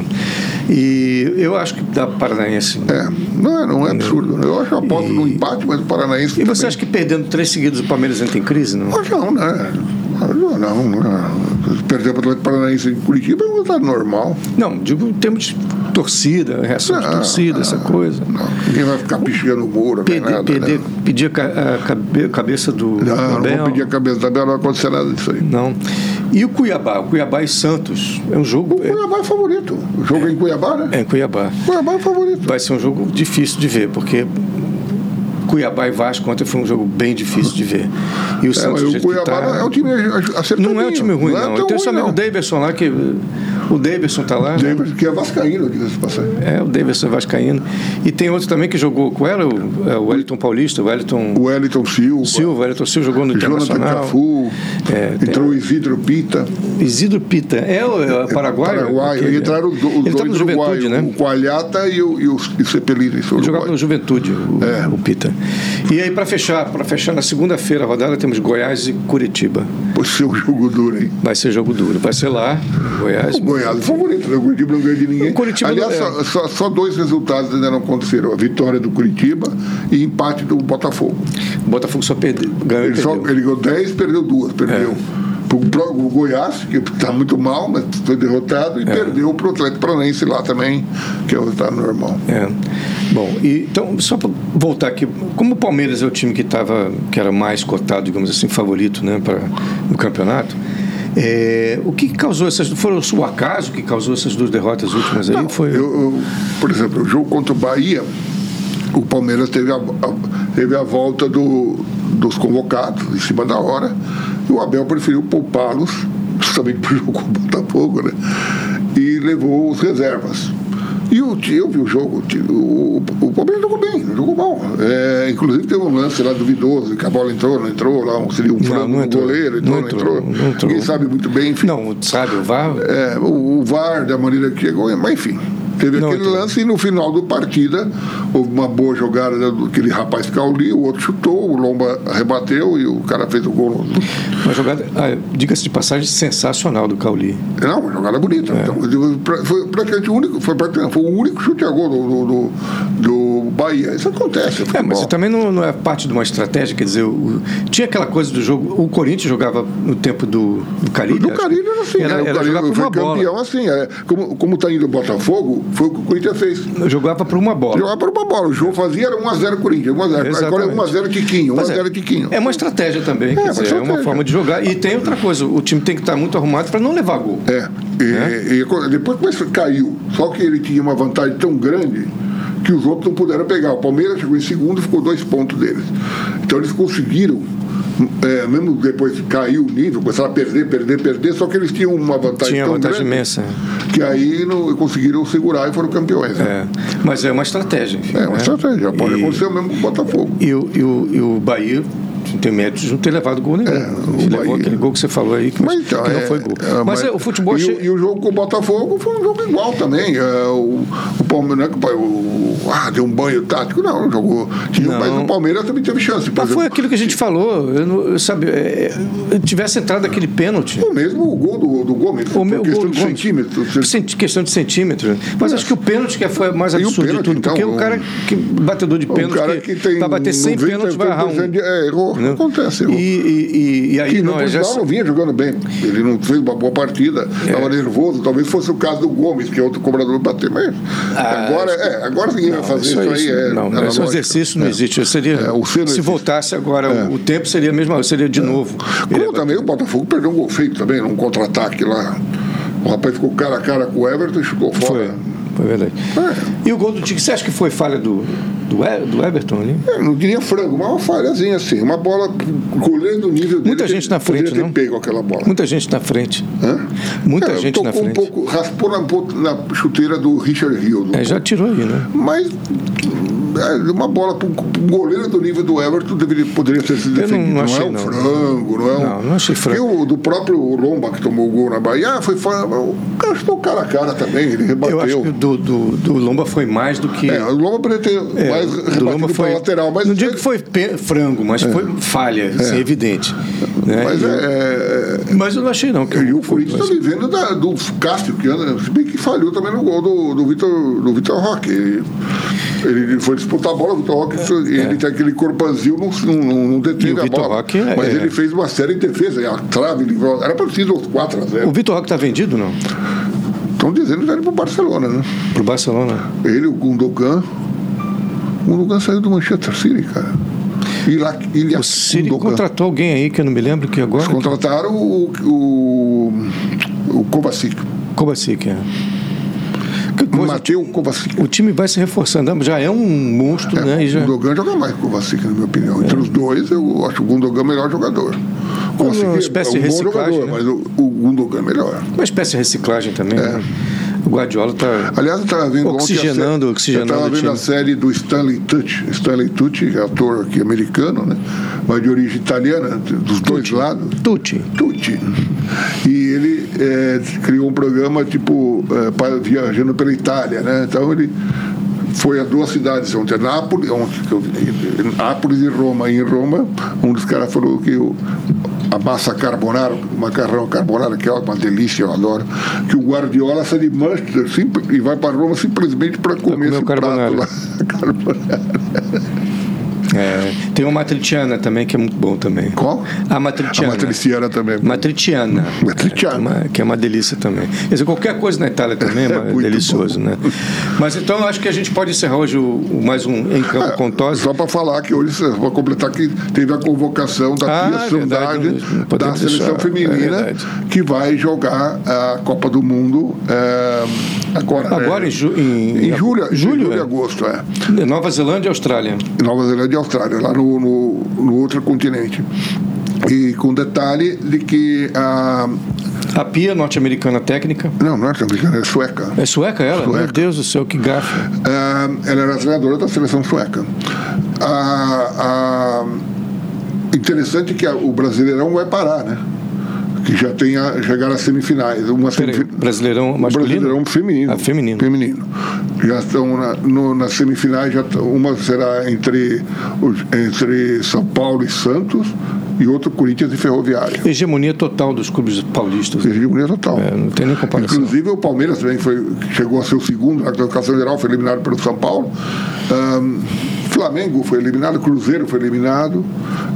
S1: E eu acho que dá Paranaense.
S2: É, não é, não é absurdo. né? Eu acho uma aposta no empate, mas o Paranaense.
S1: E
S2: também.
S1: você acha que perdendo três seguidos o Palmeiras entra em crise? Não?
S2: Mas não, né? Mas Não, não, não. Perder para o Atlético Paranaense em Curitiba é um resultado normal.
S1: Não, digo em termos de torcida, reação de
S2: Ah,
S1: torcida, essa coisa.
S2: Não, ninguém vai ficar pichando o muro, nem
S1: Perder,
S2: nada.
S1: perder,
S2: né?
S1: pedir a ca- a cabe- cabeça do
S2: Não, não
S1: Abel.
S2: vou pedir a cabeça da Bela, não vai acontecer nada disso aí.
S1: Não. E o Cuiabá? O Cuiabá e Santos. É um jogo.
S2: O Cuiabá é favorito. O jogo é em Cuiabá, né?
S1: É, é em Cuiabá.
S2: Cuiabá é favorito.
S1: Vai ser um jogo difícil de ver, porque Cuiabá e Vasco ontem foi um jogo bem difícil de ver. E o
S2: É, mas
S1: Santos, do
S2: o
S1: jeito que
S2: Cuiabá
S1: tá-
S2: é um time acertadinho.
S1: Não é um time ruim,
S2: é
S1: não.
S2: tão
S1: Tem
S2: ruim,
S1: esse amigo
S2: não.
S1: Davidson lá que. O Davidson tá lá. né?
S2: Davis, que é vascaíno, diga-se de passagem.
S1: É, o Davidson Vascaíno. E tem outro também que jogou. Qual era? O, é, o Wellington Paulista, o Wellington
S2: O Wellington Silva,
S1: Silva. O Wellington Silva jogou no
S2: Jonathan
S1: Internacional.
S2: Cafu,
S1: É, tem-
S2: entrou o Isidro Pita,
S1: Isidro Pita. É o, é o paraguaio?
S2: Paraguai.
S1: Aquele-
S2: entraram os do- os
S1: Ele
S2: dois
S1: estava no
S2: uruguaios,
S1: Juventude, né?
S2: o Coalhata e o, e o e o Cepelini. esse
S1: Ele
S2: uruguaio.
S1: jogava no Juventude, o,
S2: É.
S1: o Pita. E aí, para fechar, para fechar na segunda-feira a rodada, temos Goiás e Curitiba.
S2: Pô, esse é um jogo duro, hein?
S1: Vai ser jogo duro. Vai ser lá, Goiás.
S2: O Goiás é favorito, né? O Curitiba não ganha de ninguém.
S1: O Curitiba
S2: Aliás,
S1: não- é.
S2: só, só- só dois resultados ainda não aconteceram: a vitória do Curitiba e empate do Botafogo.
S1: O Botafogo só perdeu. Ganhou e
S2: Ele, só,
S1: perdeu. É.
S2: ele ganhou 10, perdeu duas. Perdeu pro pro- o Goiás, que está muito mal, mas foi derrotado,
S1: É.
S2: e perdeu para o Atlético Paranaense lá também, que é o resultado normal.
S1: É. Bom, e, então, só para voltar aqui, como o Palmeiras é o time que estava, que era mais cotado, digamos assim, favorito né, para o campeonato, é, o que causou essas. Foi o acaso que causou essas duas derrotas últimas aí?
S2: Não,
S1: foi,
S2: eu- eu- por exemplo, o jogo contra o Bahia, o Palmeiras teve a, a- teve a volta do- dos convocados em cima da hora. E o Abel preferiu poupá-los, justamente para o jogo com o Botafogo, né? E levou os reservas. E o, ti- eu vi o jogo, o ti- o, o Palmeiras jogou bem, jogou mal. É, inclusive teve um lance lá duvidoso, que a bola entrou, não entrou, lá um, seria um frango
S1: não
S2: do
S1: entrou.
S2: goleiro, entrou,
S1: Não
S2: não
S1: entrou,
S2: entrou.
S1: não entrou.
S2: Ninguém sabe muito bem, enfim.
S1: Não, sabe, o VAR.
S2: É, o, o VAR da maneira que chegou, mas enfim. Teve
S1: Não,
S2: aquele
S1: então.
S2: lance e no final do partida houve uma boa jogada daquele rapaz Cauli, o outro chutou, o Lomba rebateu e o cara fez o gol.
S1: Uma jogada, ah, diga-se de passagem, sensacional do Cauli.
S2: Não, uma jogada bonita.
S1: É.
S2: Então, eu digo, pra- foi praticamente o único, foi, praticamente- foi o único chute a gol do, do, do, do Bahia. Isso acontece.
S1: É, mas
S2: futebol.
S1: isso também não, não é parte de uma estratégia, quer dizer, o- tinha aquela coisa do jogo, o Corinthians jogava no tempo do, do Carilho.
S2: Do
S1: acho que
S2: Carilho era assim,
S1: era,
S2: né?
S1: era jogar
S2: o Carilho
S1: por
S2: foi
S1: uma
S2: campeão
S1: bola.
S2: assim. é. como, como tá indo o Botafogo, foi o que o Corinthians fez.
S1: Jogava por uma bola.
S2: Jogava para uma bola. O João fazia era 1x0 Corinthians, 1x0. Agora é
S1: Exatamente.
S2: 1x0 Tiquinho,
S1: Mas é,
S2: 1x0 Tiquinho.
S1: É uma estratégia também, quer
S2: uma
S1: dizer, é uma
S2: estratégia.
S1: forma de jogar. E tem outra coisa, o time tem que estar muito arrumado para não levar gol.
S2: É.
S1: Né?
S2: E, e quando- depois que isso caiu, só que ele tinha uma vantagem tão grande que os outros não puderam pegar. O Palmeiras chegou em segundo e ficou dois pontos deles. Então eles conseguiram, é, mesmo depois que caiu o nível, começaram a perder, perder, perder, só que eles tinham uma vantagem
S1: Tinha
S2: tão
S1: vantagem
S2: É, então, grande
S1: imensa.
S2: que aí não, conseguiram segurar e foram campeões. né?
S1: É, Mas é uma estratégia. enfim,
S2: É, uma
S1: né?
S2: estratégia. Pode
S1: E-
S2: acontecer mesmo com o Botafogo.
S1: E o, e o, e o Bahia tem méritos de não ter levado gol nenhum.
S2: É, o
S1: Ele levou
S2: Bahia.
S1: aquele gol que você falou aí, que,
S2: Mas então,
S1: que não
S2: é-
S1: foi gol.
S2: é,
S1: mas é, o futebol...
S2: E,
S1: che-
S2: o- e o jogo com o Botafogo foi um jogo igual também. É, o, o Palmeiras. não é que o- o- ah, deu um banho tático. Não, jogou. Tinha,
S1: Não.
S2: Mas o Palmeiras também teve chance. Por
S1: Mas
S2: exemplo,
S1: foi aquilo que a gente falou. Eu não, eu sabe, é, eu tivesse entrado aquele pênalti.
S2: o mesmo o gol do, do Gomes.
S1: O
S2: por
S1: meu
S2: questão
S1: gol do
S2: de
S1: Gomes.
S2: centímetros. Você-
S1: Centi- questão de centímetro. Mas acho que o pênalti que é- foi mais
S2: E o
S1: absurdo de
S2: pênalti,
S1: tudo.
S2: então,
S1: porque o
S2: o-
S1: cara que batedor de
S2: O
S1: pênalti
S2: um cara que tem.
S1: pra bater 100
S2: 90
S1: pênaltis vai errar um.
S2: de- É, errou.
S1: né?
S2: Acontece.
S1: E,
S2: Errou.
S1: e, e- e aí
S2: E não,
S1: nós já. É.
S2: Portugal não vinha jogando bem. Ele não fez uma boa partida, estava nervoso. Talvez fosse o caso do Gomes, que é outro cobrador bater. Mas
S1: Ah,
S2: agora, é, agora ninguém vai fazer isso,
S1: Isso aí,
S2: aí. é,
S1: não,
S2: é
S1: esse
S2: lógico.
S1: exercício não
S2: É.
S1: existe. Seria,
S2: É, o ser não
S1: se
S2: existe. É.
S1: voltasse agora, o, o tempo seria a mesma, seria de novo. Ele-
S2: Como também o Botafogo perdeu um gol feito também, num contra-ataque lá. O rapaz ficou cara a cara com o Everton e chutou
S1: Foi,
S2: fora.
S1: foi verdade.
S2: É.
S1: E o gol do Tigre, você acha que foi falha do, do, E- do Everton ali?
S2: É, não diria frango, mas uma falhazinha assim. Uma bola colhendo o nível dele.
S1: Muita
S2: que
S1: gente na
S2: poderia
S1: frente,
S2: ter
S1: não?
S2: pego aquela bola.
S1: Muita gente na frente.
S2: Hã?
S1: Muita
S2: É,
S1: gente na
S2: tocou um
S1: frente.
S2: pouco, raspou na, ponta- na chuteira do Richard Hill.
S1: É, já tirou aí, né?
S2: Mas é, uma bola para um goleiro do nível do Everton deveria, poderia ter sido
S1: Eu não-
S2: defendido.
S1: não
S2: Não,
S1: achei,
S2: é um
S1: não.
S2: frango, não é um.
S1: Não, não achei frango.
S2: Porque o do próprio Lomba que tomou o gol na Bahia, ah, foi fa- O cara chutou cara a cara também, ele rebateu.
S1: Eu acho que o do, do, do Lomba foi mais do que.
S2: É, o Lomba poderia ter
S1: É,
S2: mais rebatido para lateral, mas. é,
S1: não digo que foi pe- frango, mas foi falha, assim, evidente. né?
S2: Mas
S1: E-
S2: é,
S1: mas eu não achei, não. que
S2: E o
S1: foi-
S2: Corinthians está vivendo da- do Cássio, que anda, se bem que falhou também no gol do, do Vitor do Vitor Roque. Ele, ele foi disputar a bola, o Vitor Roque, ele tem aquele corpanzil, não, não, não
S1: É, E
S2: deteve
S1: o
S2: a
S1: Vitor
S2: bola.
S1: Roque é-
S2: Mas
S1: é.
S2: ele fez uma série de defesa, e a trave livrou. Era para ter sido 4 a
S1: O
S2: 0
S1: Vitor Roque está vendido, não?
S2: Estão dizendo que ele para o Barcelona, né?
S1: Pro Barcelona.
S2: Ele, o Gundogan. O Gundogan saiu do Manchester City, cara. E lá, ele
S1: O City contratou alguém aí que eu não me lembro que agora.
S2: Contrataram o, o, o Kovacic.
S1: Kovacic, é. pouca coisa.
S2: Mateu Kovacic.
S1: O time vai se reforçando. Já é um monstro,
S2: É,
S1: né? E já...
S2: O Gundogan joga mais que o Kovacic, na minha opinião. Entre os dois, eu acho o Gundogan melhor jogador. O Kovacic
S1: uma espécie
S2: é um
S1: de
S2: bom
S1: reciclagem,
S2: jogador,
S1: né?
S2: mas o, o Gundogan é melhor.
S1: Uma espécie de reciclagem também.
S2: É.
S1: né? O Guardiola tá- está.
S2: Aliás, eu estava vendo ontem a sé-
S1: Oxigenando, oxigenando
S2: Eu
S1: o
S2: estava vendo
S1: time.
S2: a série do Stanley Tucci. Stanley Tucci, é ator aqui americano, né? Mas de origem italiana, dos dois lados.
S1: Tutti.
S2: Tucci. E ele eh, criou um programa tipo eh, pa- viajando pela Itália, né? Então ele foi a duas cidades ontem, Nápoles, ontem, que eu- Nápoles e Roma. E em Roma, um dos caras falou que o, a massa carbonara, o macarrão carbonara, que é uma delícia, eu adoro, que o Guardiola sai de Manchester sim, e vai para Roma simplesmente para comer
S1: comer o
S2: esse prato
S1: carbonara.
S2: lá. Carbonara.
S1: É, tem uma Matriciana também, que é muito bom também.
S2: Qual?
S1: A
S2: A
S1: Matriciana.
S2: matriciana também.
S1: Matriciana.
S2: Matriciana.
S1: É, uma- que é uma delícia também. Quer dizer, qualquer coisa na Itália também é, uma-
S2: muito
S1: delicioso, né? Mas então eu acho que a gente pode encerrar hoje o, o mais um Em Campo com Tosse.
S2: É Só para falar que hoje, para completar, que teve a convocação da
S1: Ah,
S2: Pia
S1: verdade,
S2: Saudade
S1: não- não
S2: da
S1: podemos
S2: seleção
S1: deixar, é
S2: feminina,
S1: verdade.
S2: que vai jogar a Copa do Mundo eh, agora.
S1: Agora
S2: eh,
S1: em, ju- em,
S2: em julho,
S1: julho,
S2: em julho e
S1: é.
S2: agosto, é.
S1: Nova Zelândia e Austrália.
S2: Nova Zelândia e Austrália, lá no, no- no outro continente. E com detalhe de que a.
S1: A Pia, norte-americana técnica.
S2: Não, não é norte-americana, é sueca.
S1: É sueca ela?
S2: Sueca.
S1: Meu Deus do céu, que gafa.
S2: Ah, ela era treinadora da seleção sueca. A- a- interessante que a- o Brasileirão vai parar, né? Que já tem a, chegar às semifinais. Uma
S1: Peraí,
S2: semifi-
S1: Brasileirão
S2: o
S1: masculino?
S2: Brasileirão feminino.
S1: Ah, feminino.
S2: Feminino. Já estão na, no, nas semifinais, já estão- uma será entre, os- entre São Paulo e Santos e outro Corinthians e Ferroviária.
S1: Hegemonia total dos clubes paulistas. né?
S2: Hegemonia total.
S1: É, não tem nem comparação.
S2: Inclusive o Palmeiras também foi, chegou a ser o segundo na classificação geral, foi eliminado pelo São Paulo. Ahn, Flamengo foi eliminado, Cruzeiro foi eliminado.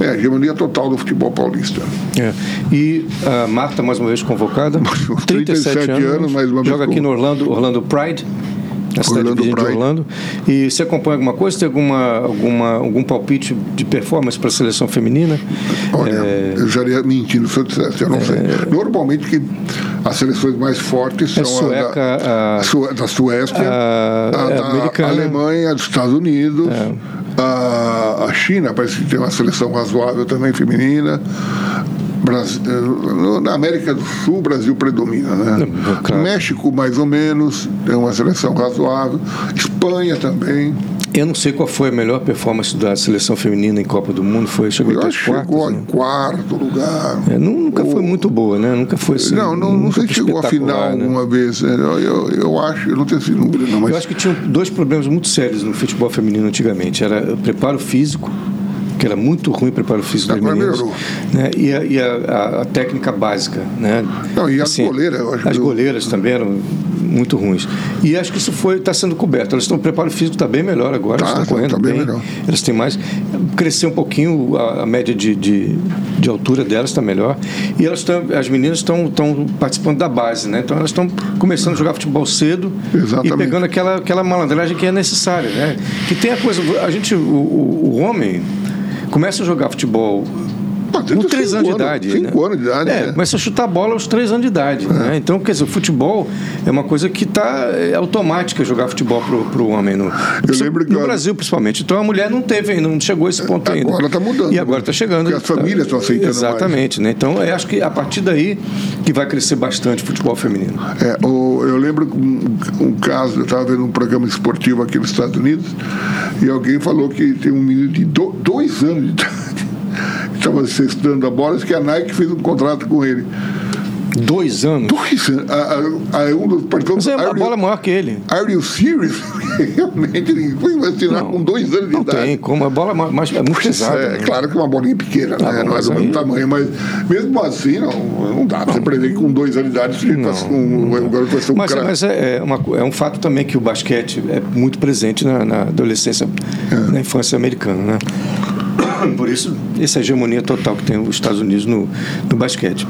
S2: É, a hegemonia total do futebol paulista.
S1: É. E
S2: ah,
S1: a Marta, mais uma vez convocada.
S2: 37 anos, mais uma vez
S1: Joga aqui
S2: com-
S1: no Orlando, Orlando Pride. Na cidade
S2: Orlando
S1: vizinha de
S2: Pride.
S1: Orlando. E você acompanha alguma coisa? Tem alguma, alguma, algum palpite de performance para a seleção feminina? É,
S2: Olha, eu já ia mentindo se eu dissesse, eu não sei. Normalmente que as seleções mais fortes são
S1: É
S2: a, da,
S1: sueca, a-
S2: Sue- da Suécia,
S1: a-
S2: então, a,
S1: é
S2: da
S1: americana. É.
S2: Alemanha, dos Estados Unidos, a, a China parece que tem uma seleção razoável também feminina. Brasi- eh, na América do Sul, o Brasil predomina, né?
S1: Não, É, claro.
S2: México, mais ou menos, tem uma seleção razoável. Espanha também.
S1: Eu não sei qual foi a melhor performance da seleção feminina em Copa do Mundo. Foi, chegou
S2: Eu
S1: até
S2: acho
S1: as
S2: que chegou
S1: quartas. né?
S2: em quarto lugar.
S1: É, nu- nunca foi muito boa, né? Nunca foi assim.
S2: Não, não, não
S1: nunca
S2: sei se
S1: foi
S2: chegou à final
S1: espetacular, né?
S2: alguma vez. né? Eu, eu, eu acho, eu não tenho esse número, não, mas.
S1: Eu acho que tinha dois problemas muito sérios no futebol feminino antigamente. Era o preparo físico, que era muito ruim o preparo físico das
S2: Agora
S1: meninas.
S2: melhorou.
S1: Né? E, a, e a- a- a técnica básica. Né?
S2: Não, e as goleiras, eu acho
S1: As
S2: que-
S1: goleiras também eram muito ruins. E acho que isso está sendo coberto. Elas estão, o preparo físico está bem melhor agora,
S2: Tá,
S1: elas estão correndo
S2: tá bem
S1: bem.
S2: melhor.
S1: Elas têm mais. Cresceu um pouquinho a, a média de, de, de altura delas, está melhor. E elas tão, as meninas estão participando da base, né? Então elas estão começando a jogar futebol cedo
S2: Exatamente.
S1: e pegando aquela, aquela malandragem que é necessária, né? Que tem a coisa. A gente, o, o- o homem começa a jogar futebol.
S2: Pá,
S1: Com
S2: desde os
S1: 3
S2: cinco
S1: anos de
S2: anos,
S1: idade.
S2: cinco
S1: né?
S2: anos de idade,
S1: É,
S2: né? É.
S1: começa a chutar a bola aos 3 anos de idade. Né? Então, quer dizer, o futebol é uma coisa que está automática jogar futebol para o homem. No,
S2: Eu lembro que
S1: no
S2: eu-
S1: Brasil, principalmente. Então, a mulher não teve ainda, não chegou a esse ponto ainda.
S2: Agora tá mudando,
S1: E agora
S2: né?
S1: está chegando.
S2: Porque as famílias estão aceitando mais.
S1: Exatamente. Né? Então, eu acho que a partir daí que vai crescer bastante o futebol feminino.
S2: É, o- eu lembro que um, um caso, eu estava vendo um programa esportivo aqui nos Estados Unidos, e alguém falou que tem um menino de do- dois anos de idade que estava cestando a bola, disse que a Nike fez um contrato com ele.
S1: Dois anos.
S2: Dois anos. A, a, a, um dos
S1: Mas
S2: participantes.
S1: é a
S2: "Are you-
S1: bola é maior que ele.
S2: Are you serious? Realmente, ninguém foi vacinar
S1: Não,
S2: com dois anos de
S1: Não
S2: idade.
S1: tem como. A bola é ma- mais, é muito pesada.
S2: É,
S1: né? assim.
S2: claro que uma bolinha pequena, né?
S1: bom,
S2: não é
S1: mas
S2: do mesmo
S1: aí-
S2: tamanho, mas mesmo assim, não, não dá. Você prevê que com dois anos de idade esse jeito vai ser um, o garoto vai ser um
S1: Mas,
S2: craque.
S1: mas é, é uma co- é um fato também que o basquete é muito presente na, na adolescência,
S2: É.
S1: na infância americana, né? Por isso, essa hegemonia total que tem os Estados Unidos no, no basquete.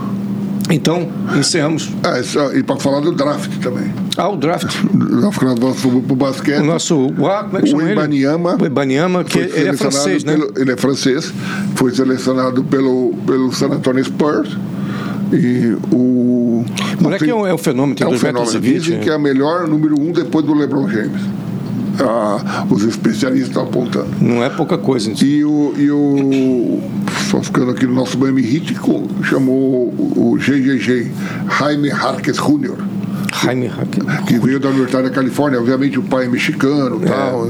S1: Então, encerramos
S2: Ah, isso- e para falar do draft também.
S1: ao draft.
S2: Já falando para o basquete.
S1: O nosso. O, ah, como é que
S2: O
S1: chama ele?
S2: Ibaniama.
S1: O Ibaniama, que
S2: foi
S1: ele é
S2: selecionado
S1: francês, né?
S2: pelo- Ele é francês, foi selecionado pelo, pelo San Antonio Spurs E o.
S1: O moleque é um, é um fenômeno, tem
S2: é um
S1: dois metros
S2: fenômeno.
S1: e vinte,
S2: Dizem
S1: né?
S2: que é a melhor número um depois do LeBron James. Ah, os especialistas estão apontando.
S1: Não é pouca coisa. gente.
S2: E o, e o. Só ficando aqui no nosso Miami Heat, co- chamou o GGG, Jaime Harkes Jr.,
S1: Jaime Hack.
S2: que veio da Universidade da Califórnia. Obviamente, o pai é mexicano e tal.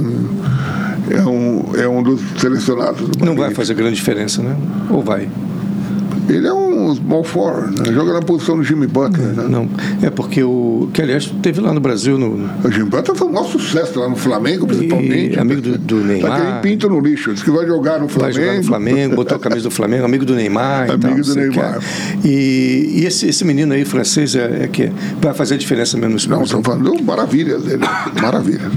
S2: É um, é um dos selecionados. do
S1: Não
S2: Miami
S1: vai
S2: Heat.
S1: fazer grande diferença, né? Ou vai?
S2: Ele é um small four, né? joga na posição do Jimmy Butler. Né?
S1: Não. É porque o. Que aliás teve lá no Brasil, no,
S2: O Jimmy Butler foi um maior sucesso lá no Flamengo,
S1: E
S2: principalmente.
S1: amigo do- do
S2: Tá
S1: Neymar.
S2: que nem pinto no lixo, diz que vai jogar no
S1: vai
S2: Flamengo.
S1: jogar no Flamengo, botou a camisa do Flamengo, amigo do Neymar. e
S2: Amigo
S1: tal, não
S2: do
S1: sei o que é.
S2: Neymar.
S1: E, e esse, esse menino aí, francês, é, é que vai fazer a diferença mesmo no
S2: Não,
S1: esporte.
S2: estão falando maravilhas dele. Maravilha.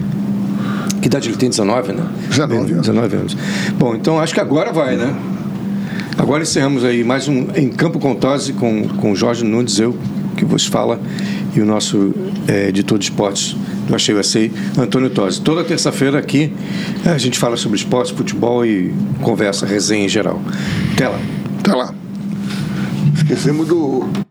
S1: Que idade ele tem? 19, né?
S2: 19 anos.
S1: 19 anos. Bom, então acho que agora vai, né? Agora encerramos aí mais um Em Campo Contose com, com o Jorge Nunes, eu que vos fala, e o nosso eh, editor de esportes do Achei USA, Antônio Tosi. Toda terça-feira aqui eh, a gente fala sobre esportes, futebol e conversa, resenha em geral. Até lá.
S2: Tá lá. Esquecemos do